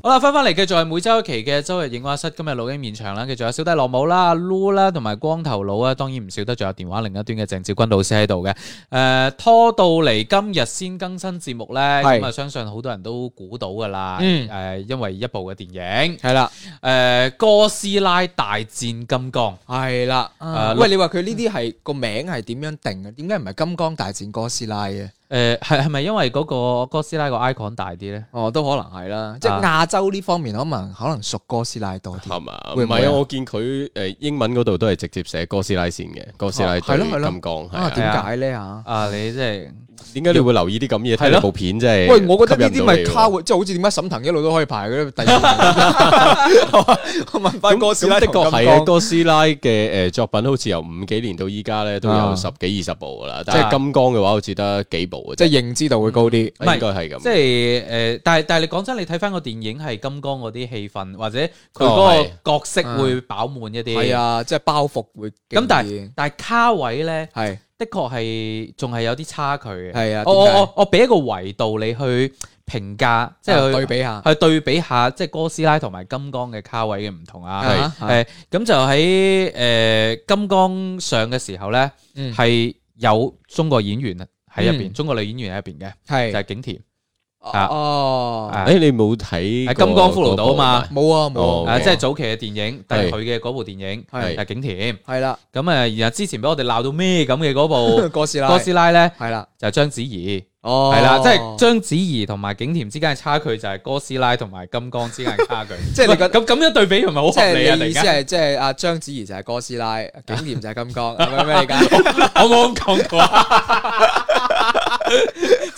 好啦，翻翻嚟，繼續係每周一期嘅周日影畫室，今日錄音現場啦，繼續有小弟羅姆啦、阿 Lu 啦，同埋光頭佬啊，當然唔少得，仲有電話另一端嘅鄭志軍老師喺度嘅。誒、拖到嚟今日先更新節目咧，係咁啊，相信好多人都估到噶啦。嗯誒、因為一部嘅電影，誒、系啦，哥斯拉大戰金剛。系啦。啊喂，你話佢呢啲係個名係點樣定嘅？點解唔係金剛大戰哥斯拉嘅？誒係係咪因為嗰個哥斯拉個 icon 大啲咧？哦，都可能係啦。即係亞洲呢方面，可能可能屬哥斯拉多啲。係嘛？唔會唔會係啊啊，我見佢诶英文嗰度都係直接寫哥斯拉線嘅，哥斯拉哦係對咯金係咯剛係啊，啊點解咧吓？啊，你即係點解你會留意啲咁嘢？睇係咯呢部片真係喂，我覺得呢啲咪吸引到你喎卡喎，即係好似點解沈騰一路都可以排嘅第二名我問翻哥斯拉咁的同確金係啊，剛。哥斯拉嘅誒作品好似由五幾年到依家咧都啊有十幾二十部噶啦，但係金剛嘅話好似得幾部嘅即啫，係認知度會高啲。係應該係咁。即係诶、呃但係但系你講真，你睇翻個電影係金剛嗰啲氣氛，或者佢哦嗰個角啊色會飽滿一啲。係，啊，即係包袱會勁咁但啲係但系卡位咧，係的確係仲係有哦啲差距嘅。係啊我我點解我我俾一個維度你去評價，即係啊去對比下去對比下，即係哥斯拉同埋金剛嘅卡位嘅唔同啊。啊哈诶，咁就喺诶金剛上嘅時候咧，嗯係有中國演員喺入边，嗯中國女演員喺入边嘅，係就係景甜。啊哦，啊誒，你冇睇係《過金剛骷髏島》啊嘛嗰部，冇啊冇哦啊，啊， OK 即係早期嘅電影，但係係佢嘅嗰部電影係係景甜。係啦，咁啊，然後之前俾我哋鬧到咩咁嘅嗰 部哥斯拉，哥斯拉咧，係啦，就係章子怡，哦，係啦，即係章子怡同埋景甜之間嘅差距就係哥斯拉同埋金剛之間嘅差距。 即係你喂覺咁咁樣對比係咪好即合理啊？係突你然意思間，係即係阿章子怡就係哥斯拉，景甜就係金剛，係咪咩 理解？ 我冇咁講過 啊。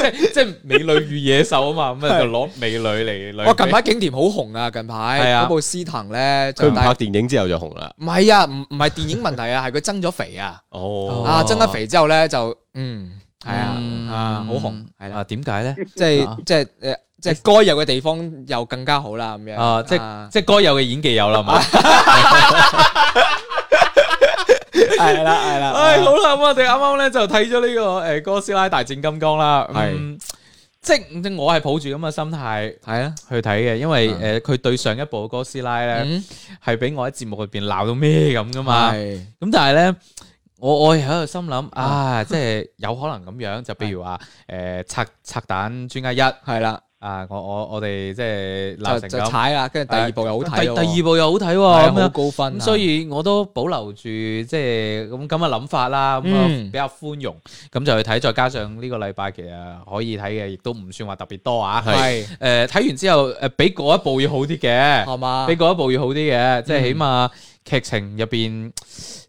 即係即係美女與野獸啊嘛，咁啊就攞美女嚟嚟哇，比。哦近排景甜好紅啊！近排係啊嗰部《司藤》咧，佢就唔帶拍電影之後就紅啦。唔係啊，唔唔係電影問題啊，係佢增咗肥啊，哦啊增咗肥之後咧就嗯係啊嗯啊好紅係啦啊，，點解咧？即係啊即係誒即係該有嘅地方又更加好啦咁樣啊，即係即係該有嘅演技有啦，係 嘛？係啦係啦，唉，好啦，咁我哋啱啱咧就睇咗呢個诶哥斯拉大戰金剛啦，係嗯即係即係我係抱住咁嘅心態系啊，去睇嘅，因為誒嗯佢對上一部哥斯拉咧嗯係俾我喺節目入邊鬧到咩呃咁啊噶嘛。係咁但係咧，我我又喺度心諗啊，即係有可能咁樣，就譬如話誒拆拆彈專家一係啦，啊，我我我哋即係鬧成就就咁。踩啦，跟住第二部又好睇第咯第二部又好睇係喎，啊咁好樣。高分啊，咁所以我都保留住即係咁咁嘅諗法啦，咁啊嗯比較寬容，咁就去睇。再加上呢個禮拜其實可以睇嘅，亦都唔算話特別多啊。係誒睇完之後誒，比嗰一部要好啲嘅，係嗯嘛比，嗰一部要好啲嘅，即係起碼劇情入邊，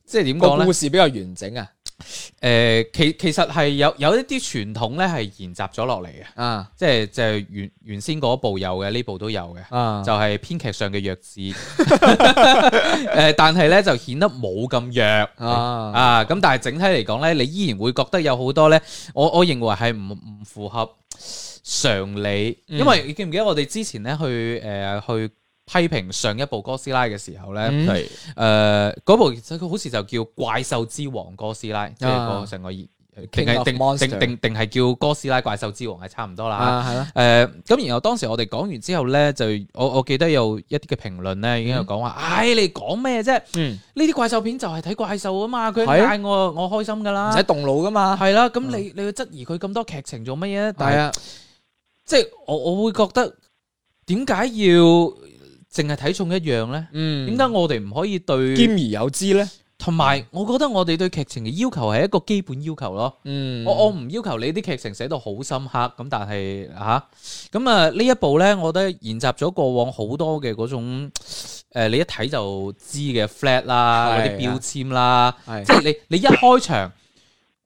即係點講個咧故？事比較完整啊，誒其其實係有有一啲傳統咧係沿襲咗落嚟嘅，啊即係就係原原先嗰部有嘅，呢部都有嘅。啊就係編劇上嘅弱 智， 誒，但係咧就顯得冇咁弱。啊啊，咁但係整體嚟講咧，你依然會覺得有好多咧，我我認為係唔唔符合常理，嗯因為你記唔記得我哋之前咧去誒、呃去批評上一部哥斯拉嘅時候咧，嗯誒、嗰部其實佢好似就叫《怪獸之王哥斯拉》，即係個啊成個定 King 係 of 定 Monster 定定定係叫哥斯拉怪獸之王係差唔多啦。啊係啦，誒咁、然後當時我哋講完之後咧，就我我記得有一啲嘅評論咧，已經有講話，唉、你講咩啫？嗯，呢啲怪獸片就係睇怪獸啊嘛，佢係啊嗌我我開心噶唔啦使，動腦噶嘛，係啦，咁你你要質疑佢咁多劇情做乜嘢？但係係啊，即係我我會覺得點解要淨係睇重一樣咧？嗯，點解我哋唔可以兼對？而有之咧？同埋我覺得我哋對劇情嘅要求係一個基本要求咯。嗯，我我唔要求你啲劇情寫到好深刻，咁但係吓咁啊呢一部呢，我覺得研習咗過往好多嘅嗰種呃你一睇就知嘅 flat 啦，嗰係啊啲標籤啦， 係即係你你一開場，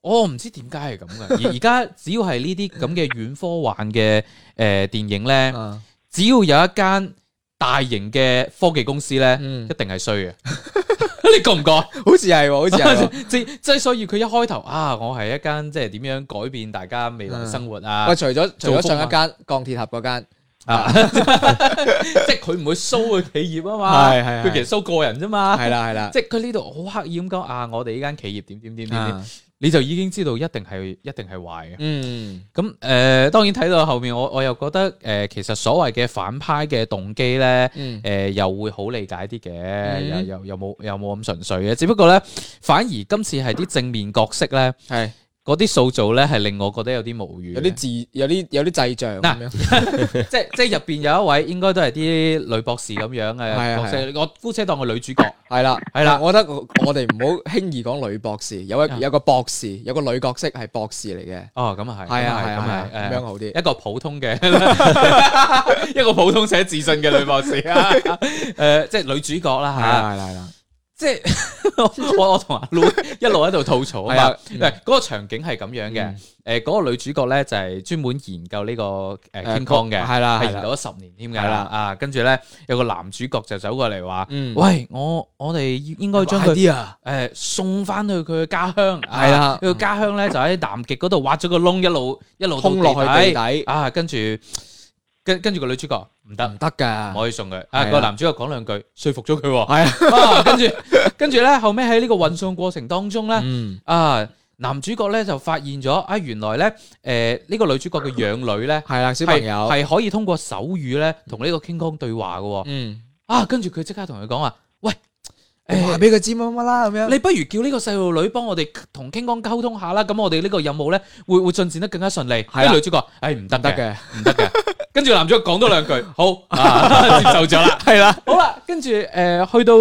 我唔知點解係咁嘅。而而家只要係呢啲咁嘅軟科幻嘅誒電影呢，啊只要有一間大型嘅科技公司呢，嗯一定係衰嘅。 你覺唔覺？好似係喎，好似係 喎。即即係所以佢一開頭啊，我係一間即係點樣改變大家未來生活啊喂，，除咗除造咗福上嘛一間鋼鐵俠嗰間， 啊即係佢唔會 show 個企業啊嘛，係係係佢其實 show 個人啫嘛，係啦係啦，即係佢呢度好刻意咁講啊，我哋呢間企業點點點點點啊，你就已經知道一定係一定係壞嘅。嗯咁誒、呃，當然睇到後面，我我又覺得誒、呃其實所謂嘅反派嘅動機咧，誒、嗯又會好理解啲嘅、嗯又又又冇又冇咁純粹嘅。只不過咧，反而今次係啲正面角色咧。係嗰啲塑造咧係令我覺得有啲無語嘅，有啲字有啲有啲製像嗱咁樣，即 係即係入邊有一位應該都係啲女博士咁樣係嘅啊角色，我姑且當佢女主角。 係啦係啦但我覺得我我哋唔好輕易講女博士，有啊一有個博士，有個女角色係博士嚟嘅，哦，咁啊係，係啊係咁啊啊係啊，係，咁樣誒好啲。一個普通 嘅 一個普通寫自信嘅女博士 啊，誒，即係女主角啦係啊嚇啦，係啦係啦，即係 我我同阿 Lu 一路喺度吐槽啊係嘛啊，喂，嗰個場景係咁樣嘅嗯，誒嗰個女主角咧就係專門研究呢個誒 King 誒 Kong 嘅，係啦係係研啦究咗十年添㗎係啦，啦啊，跟住咧有個男主角就走過嚟話。嗯，喂，我我哋應該將快佢啲啊，誒送翻去佢嘅家鄉，係啦啊佢嘅家鄉咧就喺南極嗰度挖咗個窿，一路一路到空落去地底啊，跟住跟跟住個女主角唔得唔，得㗎，唔可以送佢係啊，啦個男主角講兩句，說服咗佢喎，係啊，啊跟住跟住咧後尾喺呢個運送過程當中咧嗯啊。男主角咧就發現咗啊，原來咧，誒、呢、個女主角嘅養女咧，係啦，小朋友，係係可以通過手語咧同呢個 King Kong 對話嘅喎、嗯，啊，跟住佢即刻同佢講話，喂，誒、話俾佢知乜乜啦咁樣，你不如叫呢個細路女幫我哋同傾江溝通下啦，咁我哋呢個任務咧會會進展得更加順利。啦跟住女主角，唉唔得啊唔得嘅，嘅，唔得嘅。跟住男主角講多兩 句，好啊接受咗啦。係啦，好啦，跟住誒去到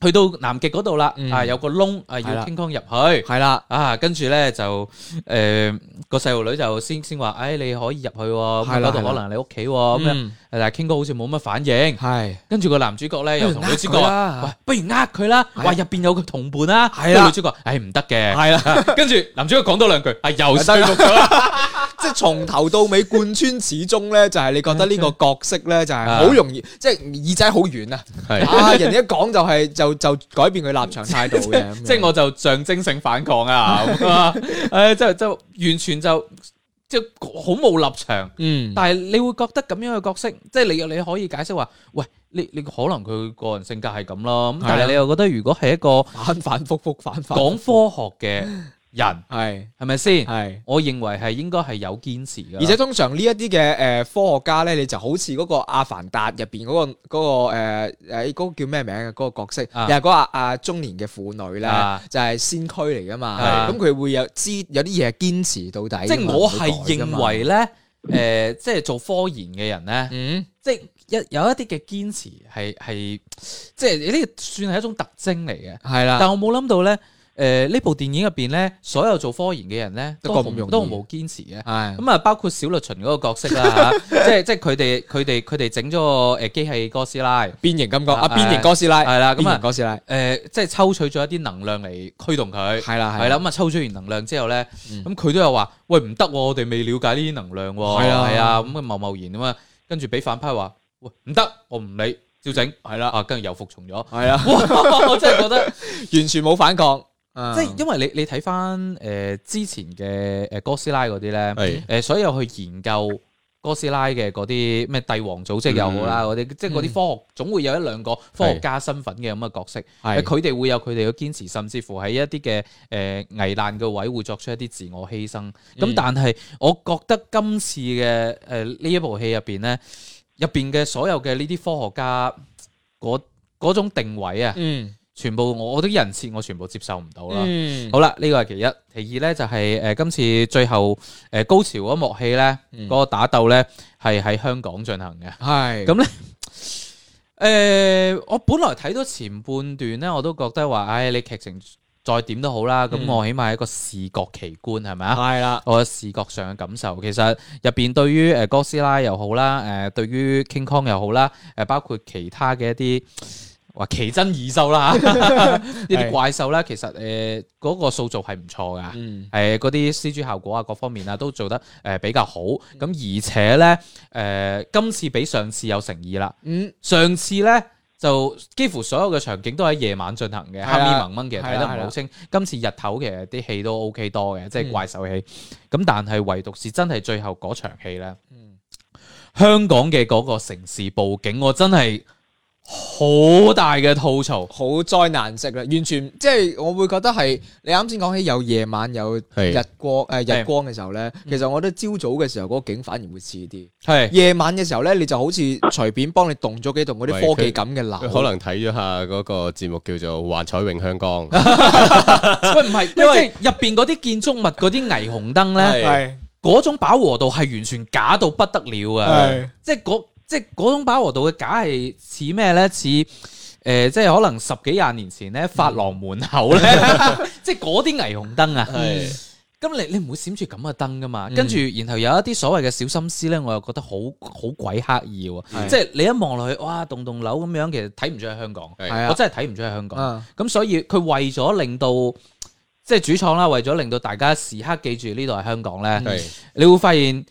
去到南極嗰度啦嗯，啊有個窿啊要係啦傾江入去。係啦，啊，跟住咧就誒個細路女就先先話，誒你可以入去喎，咁啊係啦嗰度係啦可能你屋企喎，咁樣，嗯但係傾哥好似冇乜反應。係。跟住個男主角咧又同女主角呃佢話啦：喂，不如呃佢啦，係啊話入邊有個同伴啦。係跟啦住女主角，唉唔得嘅。 啊系啦，跟住男主角講多兩句，啊又又衰服咗啦。 即係從頭到尾貫穿始終咧，就係你覺得呢個角色咧就係啊好容易，即係耳仔好軟啊！係啊，人哋一講就係就就改變佢立場態度嘅， 即係我就象徵性反抗啊！咁 啊唉，就就完全就即係好冇立啊場。嗯但係你會覺得咁樣嘅角色，即係你你可以解釋話，喂，你你可能佢個人性格係咁咯。咁但係係啊你又覺得如果係一個反反覆覆反反講科學嘅人，系係咪先？系。我認為係應該係有堅持嘅，而且通常呢一啲嘅诶科學家咧，你就好似嗰個《阿凡達》入边嗰個嗰、個个诶誒嗰個叫咩名嘅嗰、個角色，啊又係嗰個啊啊中年嘅婦女咧，啊就係先驅嚟噶嘛。啊咁佢、會有知有啲嘢係堅持到底㗎嘛，即係我係唔會改㗎認嘛為，啊咧，诶、即係做科研嘅人咧，嗯，即係一有一啲嘅堅持係係，即係呢個算係一種特徵嚟嘅。係啦，但我冇諗到咧，诶、呢部電影入边咧，所有做科研嘅人咧都都咁毫容易都毫無堅持嘅。係咁啊，包括小律秦嗰個角色啦，嚇即係即係佢哋佢哋佢哋整咗個诶機器哥斯拉，變形金剛啊，啊變形哥斯拉，係啦咁啊變形哥斯拉，诶、即係抽取咗一啲能量嚟驅動佢。係啦，係啦，，咁啊抽取完能量之後咧，嗯咁佢都有話：喂唔得喎，我哋未了解呢啲能量喎，係啊係啊，咁啊貿貿然啊嘛，跟住俾反派話：喂唔得，我唔理，照整，係啦，啊跟住又服從咗，係啊，哇！我真係覺得，完全冇反抗，啊即係因為你你睇翻誒之前嘅呃誒哥斯拉嗰啲咧，係誒呃所有去研究。哥斯拉嘅嗰啲咩帝王組織又好啦，嗯嗰啲即係嗰啲科學總會有一兩個科學家身份嘅咁嘅角色，係佢哋會有佢哋嘅堅持，甚至乎喺一啲嘅誒危難嘅位會作出一啲自我犧牲。咁、嗯但係我覺得今次嘅誒呢一部戲入邊咧，入邊嘅所有嘅呢啲科學家嗰嗰種定位啊，嗯全部我我啲人設我全部接受唔到啦。嗯好啦，呢個係其一，其二咧就係、呃今次最後誒、呃高潮嗰一幕戲咧，嗰、嗯啊個打鬥咧係喺香港進行嘅。係咁誒、我本來睇到前半段咧，我都覺得話，唉，你劇情再點都好啦，咁、嗯我起碼係一個視覺奇觀係咪啊？係啦，我嘅視覺上嘅感受，其實入邊對於誒哥斯拉又好啦，誒、呃對於 King Kong 又好啦，誒、包括其他嘅一啲話奇珍異獸啦， 呢啲怪獸啦，其實誒呃嗰、個塑造係唔錯㗎。嗯誒呃嗰啲 CG 效果啊，各方面啊都做得誒、呃比較好，嗯咁而且咧誒、呃今次比上次有誠意啦，嗯，上次咧就幾乎所有嘅場景都喺夜晚進行嘅，係啊黑咪蒙蒙其實係啊睇得唔係係啊好清。今次日頭其實啲戲都 OK 多嘅，即係怪獸嗯戲。咁、但係唯獨是真係最後嗰場戲咧，嗯香港嘅嗰個城市佈景，我真係好大嘅吐槽。好災難式啦，完全即係我會覺得係你啱先講起有夜晚有係日光哎诶係日光嘅時候咧，嗯其實我覺得朝早嘅時候嗰個景反而會似啲，哎係夜晚嘅時候咧你就好似隨便幫你動咗幾棟嗰喂啲科技感嘅樓，佢可能睇咗下嗰個節目叫做《幻彩詠香江》，喂，唔係，因為入邊嗰啲建築物嗰啲霓虹燈咧，係哎嗰種飽和度係完全假到不得了啊！係即係嗰即係嗰種飽和度嘅假係似咩咧？似誒、呃即係可能十幾廿年前咧，發廊門口咧， 即係嗰啲霓虹燈啊。係咁你你唔會閃住咁嘅燈噶嘛？跟住然後有一啲所謂嘅小心思咧，我又覺得好好鬼刻意喎。即係你一望落去，哇，棟棟樓咁樣，其實睇唔出喺香港。係係啊我真係睇唔出喺香港。啊咁所以佢為咗令到即係主創啦，為咗令到大家時刻記住呢度係香港咧，係你會發現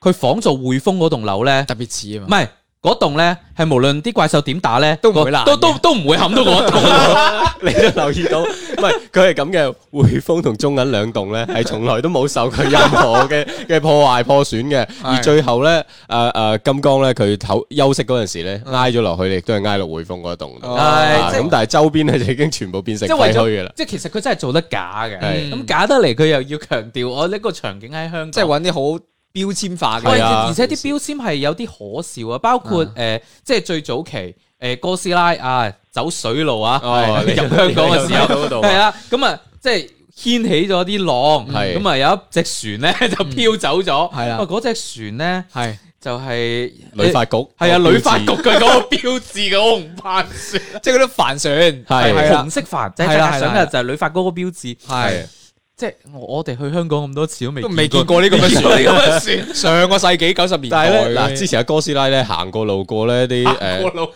佢仿造匯豐嗰棟樓咧。特別似啊嗯唔嘛，係嗰棟咧，係無論啲怪獸點打咧，都唔會個爛都都都唔會冚到嗰棟。你都留意到，唔係佢係咁嘅。匯豐同中銀兩棟咧，係從來都冇受佢任何 嘅嘅破壞破損嘅。而最後咧，誒誒金剛咧，佢唞休息嗰陣時咧，挨咗落去，亦都係挨落匯豐嗰棟度。哦啊係即係咁但係周邊咧就已經全部變成即廢係為墟咗嘅啦。即係其實佢真係做得假嘅。係咁假得嚟，佢又要強調我呢個場景喺香港。即係揾啲好標籤化喂係嘅，啊而且啲標籤係有啲可笑啊，包括誒、呃即係最早期誒、呃哥斯拉啊走水路啊，哦入香港嘅時候，嗰度係啊，咁啊即係。掀起咗啲浪，係咁啊有一隻船咧就漂走咗，係啦哇嗰隻船咧係就係旅發局係啊，個標誌旅發局嘅嗰個標誌嘅紅帆船，即係嗰啲帆船係係啦紅色帆，即係係啦想係啦嘅就係旅發局嗰個標誌。係即係我我哋去香港咁多次都未都未見 過呢個未咁見過呢個嘅船，上個世紀九十年代但係咧，嗱，嘅之前阿哥斯拉咧行過路過咧 啲誒過。路。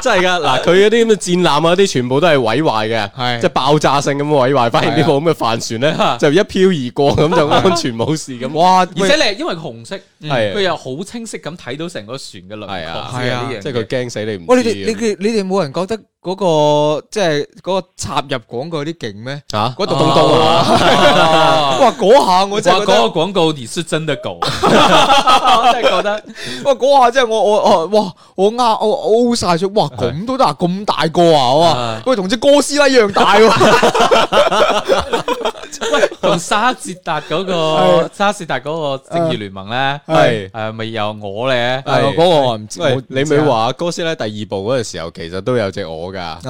真係噶，嗱佢嗰啲咁嘅戰艦啊，啲全部都係毀壞嘅，係即係啊爆炸性咁毀壞。反而呢部咁嘅帆船咧， 就一飄而過咁 就安全冇事咁。哇！而且你係因為紅色，係佢又好清晰咁睇到成個船嘅輪廓係啊之類呢樣嘢，即係佢驚死你唔知。啊喂，你哋你哋你哋冇人覺得嗰嗰個即係嗰個插入廣告有啲勁咩？啊，嗰度東東 啊！哇，嗰下我真係哦哇，覺嗰個得，廣告你是真的 狗，我真係覺得哇，嗰下真係我我我哦哇，我啱我我 O 晒咗，哇咁都得啊，咁大個啊，哇係，喂，同只哥斯拉一樣大 喎，喂，同沙捷達嗰個沙捷達嗰個正義聯盟咧，係誒咪又我咧，係 係嗰個我唔知，啊喂我，你咪話哥斯拉第二部嗰陣時候，其實都有隻我㗎，啊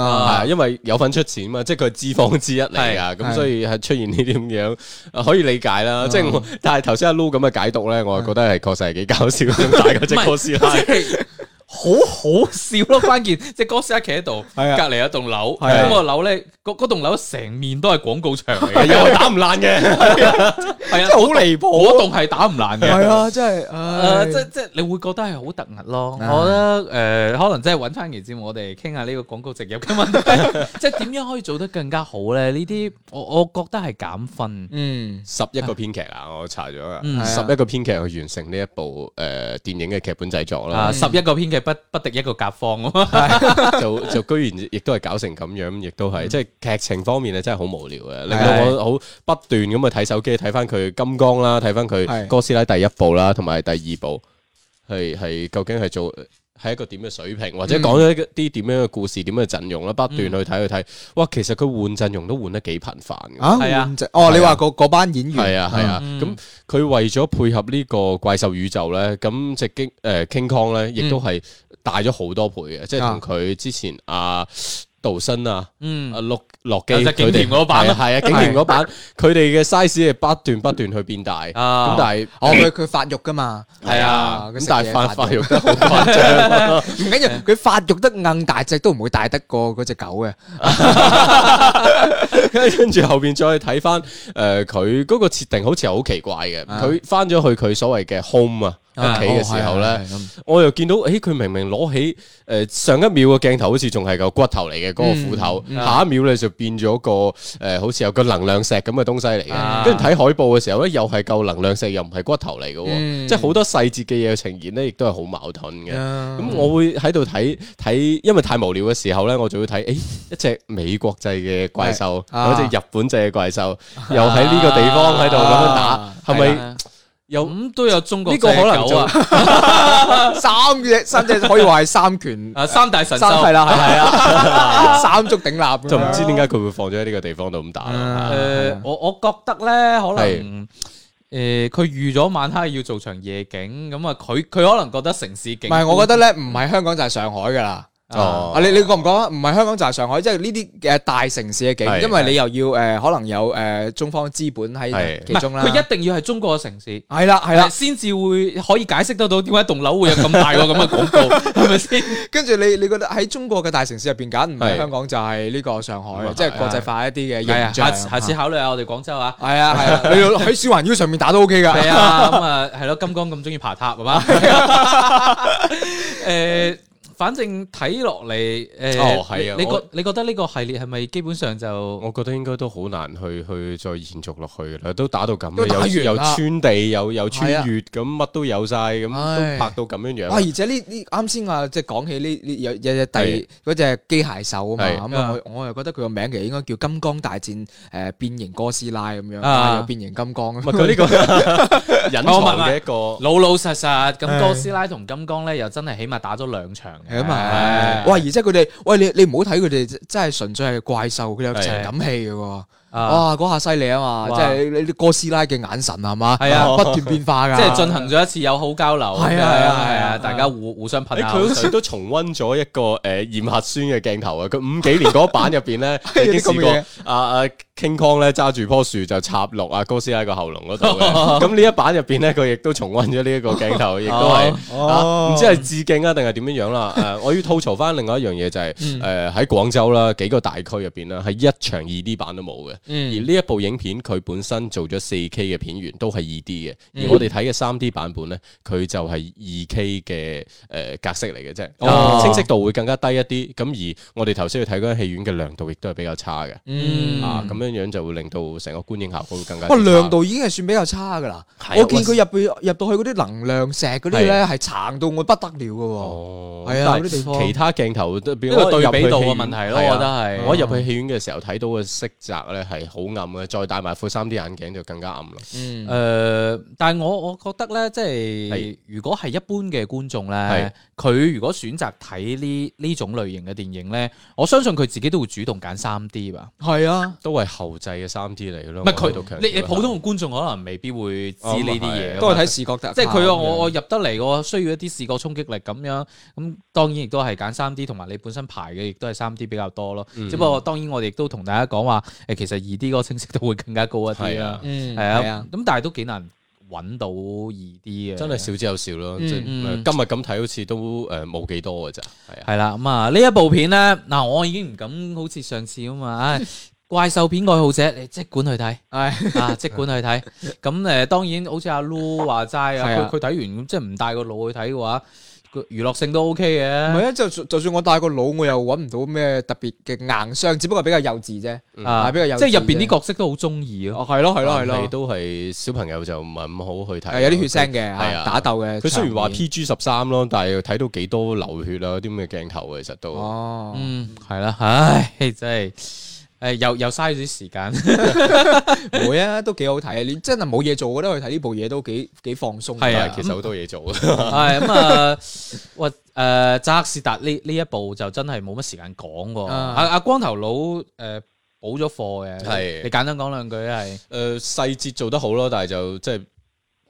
係因為有份出錢嘛，即係佢係資方之一嚟係㗎，咁所以係出現呢啲咁樣，呃可以理解啦。即係我，但係頭先阿 Lu 咁嘅解讀咧，我係覺得係確實係幾搞笑咁大嗰只哥斯拉。即係好好笑咯！關鍵 即係哥斯拉企喺度，隔係啊離有棟樓，係啊咁個樓咧，嗰嗰棟樓成面都係廣告牆嚟嘅，係又係打唔爛嘅，係啊，真係好離譜嗰棟係打唔爛嘅。係啊，真係，誒，唉即即係你會覺得係好突兀咯，啊我覺得誒可能真係揾翻期節目，我哋傾下呢個廣告植入嘅問題， 即係點樣可以做得更加好咧？呢啲我我覺得係減分，嗯十一個編劇啊，我查咗啊，嗯十一個編劇去完成呢一部誒電影嘅劇本製作啦嗯啊，。十一個編劇不不敵一個甲方啊嘛， 就就居然亦都係搞成咁樣，亦都係即係劇情方面咧，真係好無聊嘅，嗯令係到我好不斷咁去睇手機，睇翻佢金剛啦，睇翻係佢哥斯拉第一部啦，同埋第二部，係係究竟係做係一個點嘅水平，或者嗯講咗一啲點樣嘅故事、點樣嘅陣容啦，不斷去睇去睇，哇！其實佢換陣容都換得幾頻繁嘅。啊，係啊換隻哦，你話嗰嗰班演員係啊係啊，嗯咁佢為咗配合呢個怪獸宇宙咧，咁只經誒 King Kong 咧，亦都嗯係大咗好多倍嘅，即係同佢之前啊杜森啊。嗯啊，洛洛基啊即係景甜嗰版系啊啊，景甜嗰版，佢哋嘅 size 係不斷不斷去變大，啊咁但係哦，佢佢發育噶嘛，係啊，佢咁食但嘢係發發發育育得好啊誇張，唔緊要，佢發育得硬大隻都唔會大得過嗰只狗嘅， 跟住後邊再睇翻誒佢嗰個設定好似係好奇怪嘅，啊佢翻咗去佢所謂嘅 home 啊屋企嘅時候哦咧係係。係咁我又見到，誒佢明明攞起誒、呃上一秒嘅鏡頭好似仲係個骨頭嚟嘅嗰嗯個斧頭，下一秒咧就變咗個誒、呃好似有個能量石咁嘅東西嚟啊嘅。跟住睇海報嘅時候咧，又係嚿能量石，又唔係骨頭嚟嘅喎，嗯即係好多細節嘅嘢呈現咧，亦都係好矛盾嘅。啊咁我會喺度睇睇，因為太無聊嘅時候咧，我就會睇，誒一隻美國製嘅怪獸，係啊有一隻日本製嘅怪獸，又喺呢個地方喺度咁樣打啊，係係咪啦有咁都有中國呢個可能隻狗啊， 三隻三隻可以話係三拳啊三大神三獸係啦，係啊，三足鼎立咁樣，就唔知點解佢會放咗喺呢個地方度咁打啦？啊诶、我我觉得咧，可係能诶，誒佢預咗晚黑要做場夜景，咁啊，佢佢可能覺得城市景唔係，我覺得咧唔係香港就係上海噶啦。哦啊！你你覺唔覺啊？唔係香港就係上海，即係呢啲嘅大城市嘅景，係因為你又要呃誒，可能有誒中方資本喺係其唔係中啦。佢一定要係中國嘅城市。係啦係啦，先至會可以解釋得到點解棟樓會有咁大個咁嘅廣告，係咪先？跟住你你覺得喺中國嘅大城市入邊揀唔係係香港就係呢個上海咁啊，即係國際化一啲嘅係啊，形下象。次下次考慮下我哋廣州 啊。係啊係啊，你要喺小環腰上面打都 OK 㗎。係啊，咁啊，係咯，金剛咁中意爬塔係 嘛？誒，反正睇落嚟誒，哦係啊你你我覺你覺得呢個系列係咪基本上就我覺得應該都好難去去再延續落去啦，都打到咁都打啦，有完有啦穿地，有有穿係啊越，咁乜都有晒，咁唉都拍到咁樣啊！樣。而且呢呢啱先啊，即係講起呢呢有有隻第係嗰隻機械獸係啊嘛，咁啊我我又覺得佢個名其實應該叫《金剛大戰》誒變形哥斯拉咁樣，啊啊又變形金剛咁唔係佢呢個哦唔係唔係隱藏嘅一個老老實實咁哥斯拉同金剛咧，又真係起碼打咗兩場嘅 係啊嘛，係哇！而且佢哋，喂你你唔好睇佢哋，真係純粹係怪獸，佢哋有情感戲嘅喎，啊，哇！嗰下犀利啊嘛，哇即係你你哥斯拉嘅眼神係嘛，係啊不斷變化㗎，即係進行咗一次友好交流，係啊係係啊係啊，啊大家互互 相噴誒下佢口好似水。都重温咗一個誒驗核酸嘅鏡頭啊！佢五幾年嗰版入 邊咧有啲已經咁嘅試嘢過啊啊 King Kong 咧揸住棵樹就插落啊哥斯拉個喉嚨嗰度 嘅。咁呢一版入邊咧，佢亦都重温咗呢一個鏡頭，亦都係哦啊唔知係致敬啊定係點樣樣啦。誒，我要吐嗯槽翻另外一樣嘢就係誒喺廣州啦幾個大區入邊啦，係一場二 D 版都冇嘅。嗯而呢一部影片佢本身做咗四 K 嘅片源都係二 D 嘅，嗯而我哋睇嘅三 D 版本咧，佢就係二 K 嘅诶格式嚟嘅啫，哦清晰度會更加低一啲。咁而我哋頭先去睇嗰間戲院嘅亮度亦都係比較差嘅。嗯啊，咁樣樣就會令到成個觀影效果會更加哇，差哦亮度已經係算比較差噶啦。係啊我見佢入邊入到去嗰啲能量石嗰啲咧，係殘到我不得了嘅哦，係啊但係有啲地方其他鏡頭都變呢個我入對去比度戲嘅院問題咯，係啊我覺得係。我一入去戲院嘅時候睇到嘅色澤咧係好暗嘅，再戴埋副三 D 眼鏡就更加暗啦。喎。誒、呃但係我我覺得咧，即係係如果係一般嘅觀眾咧係，佢如果選擇睇呢呢種類型嘅電影咧，我相信佢自己都會主動揀三 D 吧。係啊，都係後製嘅三 D 嚟嘅咯。唔係我喺度強佢，調啊你你普通嘅觀眾可能未必會知呢啲嘢㗎嘛。都係睇視覺特效即係佢話我咁樣我入得嚟，我需要一啲視覺衝擊力咁樣，咁當然亦都係揀三 D，同埋你本身排嘅亦都係三 D 比較多咯。嗯只不過當然我哋亦都同大家講話，誒其實二 D 嗰個清晰度會更加高一啲係啦啊，嗯係係啊啊，。咁但係都幾難揾到二 D 嘅，真係少之又少咯。嗯即係啊嗯今日咁睇好似都誒冇幾多嘅咋。係啊，係啦，咁啊呢一部片咧，嗱我已經唔敢好似上次咁嘛， 唉怪獸片愛好者你即管去睇， 啊即管去睇。咁誒當然好似阿 Lu 話齋係啊啊，佢佢睇完即係唔帶個腦去睇嘅話，個娛樂性都 OK 唔嘅。係啊，就算就算我戴個腦，我又揾唔到咩特別嘅硬傷，只不過比較幼稚啫。啊，嗯係比較有即係入趣邊啫啲角色都好中意咯。哦，係咯，係咯，係但係咯，都係小朋友就唔係咁好去睇。係啊有啲血腥嘅，係啊啊打鬥嘅。哦佢雖然話偏 PG 十三咯，但係又睇到幾多流血啊，啲咁嘅鏡頭啊其實都。哦，嗯，係啦，唉，真係誒又又嘥咗啲時間。唔會啊，都幾好睇啊！你真係冇嘢做，我覺得去睇呢部嘢都幾幾放鬆。係啊但係其實好多嘢做。 系咁啊， 喂，诶，扎克士達呢呢一部就真係冇乜時間講喎。啊阿阿光頭佬诶補咗課嘅，係你簡單講兩句係誒呃細節做得好咯，但係就即係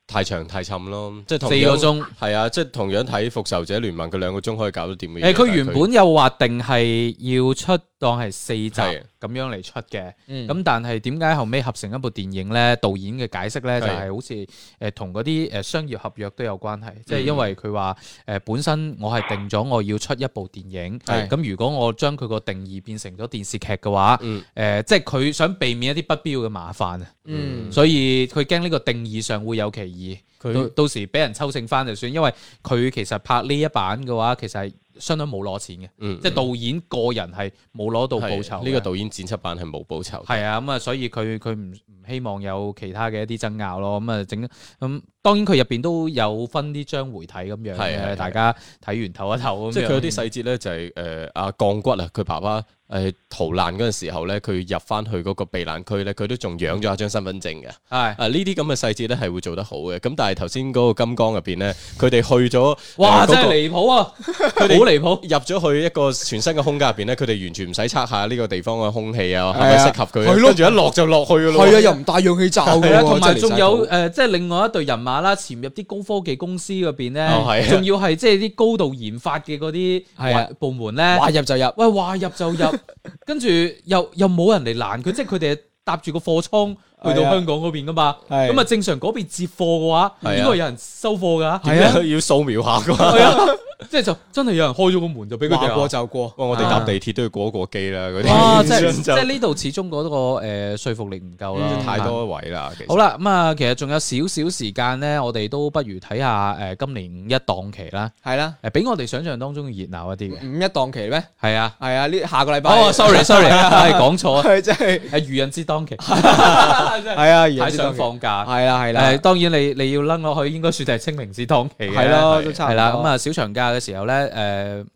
太長太沉咯，即係同四個樣鐘。係啊，即係同樣睇《復仇者聯盟》，佢兩個鐘可以搞到掂嘅嘢。诶，佢但係原本有話定係要出當係四集咁係樣嚟出嘅，嗯咁但係點解後尾合成一部電影咧？導演嘅解釋咧就係係好似诶同嗰啲诶商業合約都有關嗯係，即係因為佢話诶本身我係定咗我要出一部電影，係咁如果我將佢個定義變成咗電視劇嘅話。嗯誒、即係佢想避免一啲不必要嘅麻煩啊，嗯所以佢驚呢個定義上會有歧義，到到時俾人抽剩翻就算，因為佢其實拍呢一版嘅話，其實係相當冇攞錢嘅，嗯即係導演個人係冇攞到報酬係嘅。呢個導演剪輯版係冇報酬。係啊，咁啊，所以佢佢唔唔希望有其他嘅一啲爭拗咯，咁啊整咁當然佢入邊都有分啲章回體咁樣係係嘅，係大家睇完唞一唞咁樣。即係佢有啲細節咧，就係誒阿鋼骨啊，佢爸爸誒、呃逃難嗰陣時候咧，佢入翻去嗰個避難區咧，佢都仲養咗一張身份證嘅。係啊，呢啲咁嘅細節咧係會做得好嘅。咁但係頭先嗰個金剛入邊咧，佢哋去咗哇，呃嗰真係個離 譜啊，好哋離譜。入咗去一個全新嘅空間入邊咧，佢哋完全唔使測下呢個地方嘅空氣啊，係係啊咪適合佢啊？係咯跟住一落就落去噶咯。係啊，又唔帶氧氣罩嘅係喎，啦，同埋真係仲離有晒譜誒，即係另外一隊人馬啦，潛入啲高科技公司嗰邊哦係咧，啊仲要係即係啲高度研發嘅嗰啲係啊環部門咧，話入就入，喂話入就入，跟住又又冇人嚟攔佢，即係佢哋係搭住個貨倉去到係啊香港嗰邊噶嘛，係咁啊正常嗰邊接貨嘅話，係啊啊應該有人收貨㗎，點啊解要掃描下噶嘛。係啊，即係就真係有人開咗個門就俾佢話過哋啊。就過。哇！我哋搭地鐵都要過一過機啦，嗰啲 哇！即係原因即就係呢度始終嗰個誒說服力唔夠啦，嗯太多位啦。其實好，啦，咁啊，其實仲有少少時間咧，我哋都不如睇下誒今年五一檔期啦，係啦，誒比我哋想象當中熱鬧一啲嘅，五一檔期咩？係啊。係啊，呢下個禮拜。嗯哦，sorry sorry，係 講錯啊，係真係係愚人節檔 期，係啊，太太想放假。係啦係誒，啦，當然你你要擸落去，應該算係清明節檔期嘅。係咯，都差係唔多啦。咁，啊，小長假嘅時候咧，誒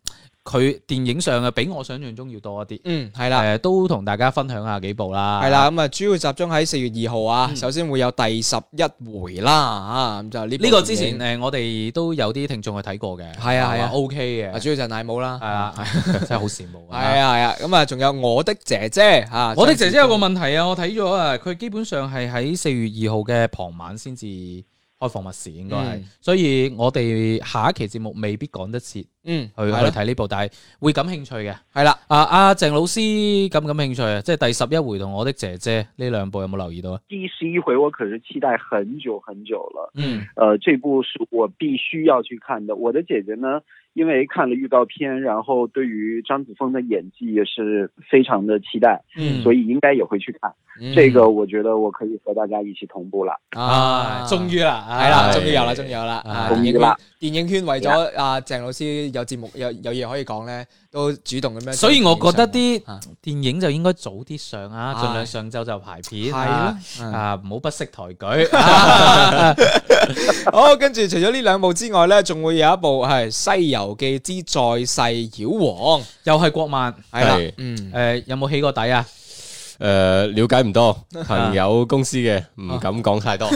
佢電影上嘅比我想象中要多一啲。嗯係啦。誒，都同大家分享下幾部啦。系啦，，咁啊，主要集中喺四月二號啊，嗯首先會有第十一回啦，啊，咁就呢部呢個之前電影啊誒我哋都有啲聽眾去睇過嘅。係啊係啊，OK 嘅。啊，主要就係奶母啦，系啊， 真係好羨慕 係啊係啊，咁啊，仲有我的姐姐吓，我的姐姐有個問題啊，我睇咗啊，佢基本上係喺四月二號嘅傍晚先至開放密事，應該係，嗯所以我哋下一期節目未必趕得切嗯，去去係咯睇呢部，但係會感興趣嘅。係啦，啊阿鄭老師感唔感興趣啊？即係第十一回同我的姐姐呢兩部有冇留意到啊？第十一回我可是期待很久很久了。嗯呃，这部是我必须要去看的。我的姐姐呢，因为看了预告片，然后对于张子枫的演技也是非常的期待，嗯所以应该也会去看。嗯这个我觉得我可以和大家一起同步了。啊，終於啦，系啦，唉終於有啦，終於有啦！啊終電影於圈啦電影圈為咗阿鄭老師有節目有有嘢可以講咧，都主動咁樣。所以我覺得啲啊電影就應該早啲上啊，係盡量上晝就排片係啊啦，嗯啊唔好不識抬 舉 啊好，跟住除咗呢兩部之外咧，仲會有一部係《西遊記之在世妖王》，又係國漫，係啦係，嗯，誒有冇起過底啊？诶，了解 唔多，朋友公司嘅啊唔敢講太多。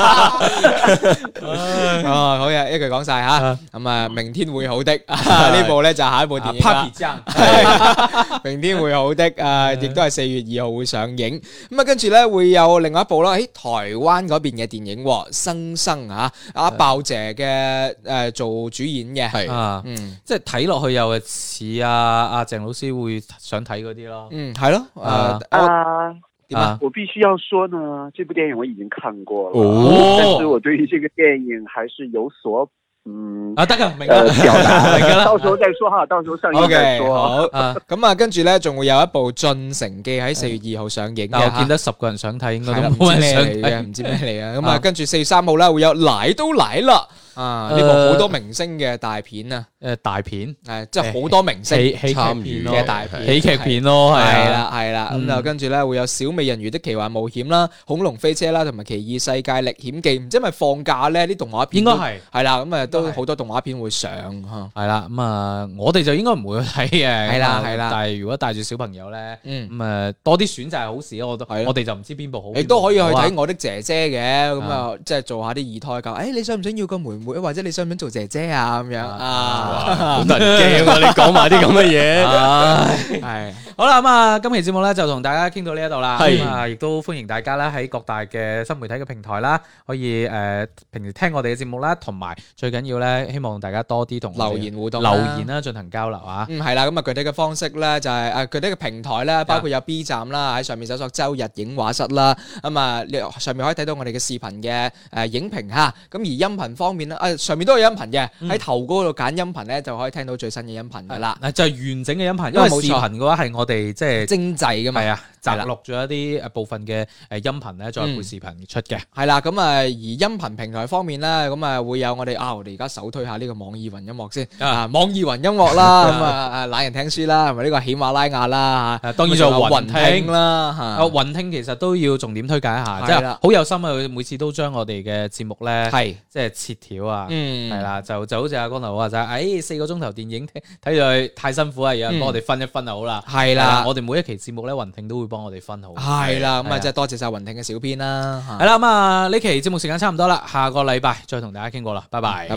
哦，好嘅，一句講 Ờ. 晒吓，à, 咁啊，明天會好的，啊 呢部咧就下一部電影啦 Papi 醬明天會 好的，Ờ。啊，亦都係四月二號會上映。咁啊，跟住咧會有另外一部啦，喺台灣嗰邊嘅電影喎《生生》啊，Ờ。阿爆姐嘅誒做主演嘅，係啊，嗯即係睇落去又係似啊阿鄭老師會想睇嗰啲咯。嗯，係咯，啊誒我啊，點啊？啊我必须要说呢，这部电影我已经看过了，哦但是我对于这个电影还是有所嗯啊，得噶，明啦呃， 表达，明啦到时候再说哈，到时候上映 OK，再说。好。啊，咁啊，跟住咧仲會有一部《進城記》喺四月二號上映嘅但我見嚇。得十個人想睇，應係該啦都唔冇人知咩想嚟嘅，睇。唔知咩嚟嘅。咁啊，啊跟住四月三號啦，會有《奶都奶啦》啊，呢誒部好多明星嘅大片啊，誒大片，誒，即係好多明星喜喜劇參與片咯，嘅大片，喜劇片咯，係係啊啦，係啦，嗯咁就跟住咧會有小美人魚的奇幻冒險啦、恐龍飛車啦，同埋奇異世界歷險記。唔知係咪放假咧？啲動畫片應都該係。係啦，咁啊應都該係好多動畫片會上嚇。系啦，咁啊，我哋就應該唔會去睇嘅。係啦咁啊係啦但係如果帶住小朋友咧，嗯，咁啊多啲選擇係好事咯。我都係咯我哋就唔知邊部好，啊亦都可以去睇邊部我的姐姐嘅，À. 咁啊即係做下啲二胎教。誒，你想唔想要個妹妹，或者你想唔想做姐姐啊？À, 咁樣啊，好得人驚啊！你講埋啲咁嘅嘢。好啊。唉 係好啦，咁啊，今期節目咧就同大家傾到呢一度啦。係咁啊，亦都歡迎大家啦喺各大嘅新媒體嘅平台啦，可以誒平時聽我哋嘅節目啦，同埋最緊要咧，希望大家多啲同我哋留言互啊動啦留言啦，進行交流啊。嗯，係啦，咁啊，具體嘅方式咧就係、誒具體嘅平台咧，包括有 B 站啦，喺上面搜索周日影畫室啦，咁啊，你上面可以睇到我哋嘅視頻嘅誒、影評嚇，咁而音頻方面咧，誒、上面都有音頻嘅，喺頭嗰度揀音頻咧就可以聽到最新嘅音頻噶啦，嗱就係完整嘅音頻，因為冇錯視頻嘅話係我哋即係精製噶嘛係。啊，摘係啦錄咗一啲呃誒部分嘅誒音頻咧，再配嗯視頻出嘅。係啦，咁啊，而音頻平台方面咧，咁啊會有我哋啊，我哋而家首推下呢個網易雲音樂先啊啊，網易雲音 樂啦，咁啊啊懶人聽書啦，同埋呢個喜馬拉雅啦嚇，啊當然咁啊仲有雲聽聽啦嚇，啊，雲聽其實都要重點推介一下，即係係啦好有心啊！佢每次都將我哋嘅節目咧，係即係切條啊，嗯係啦，就就好似阿光頭佬話齋，誒四個鐘頭電影睇睇到佢太辛苦啊，有人幫我哋分一分就好啦。嗯係係啦啦，我哋每一期節目咧，雲聽都會幫我哋分好。系啦，咁係啊，即係多謝晒雲聽嘅小編啦，係啦，咁啊呢期節目時間差唔多啦，下個禮拜再同大家傾過啦，拜拜拜。拜。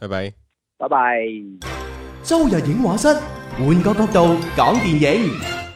拜拜。拜拜。周日影畫室，換個角度講電影。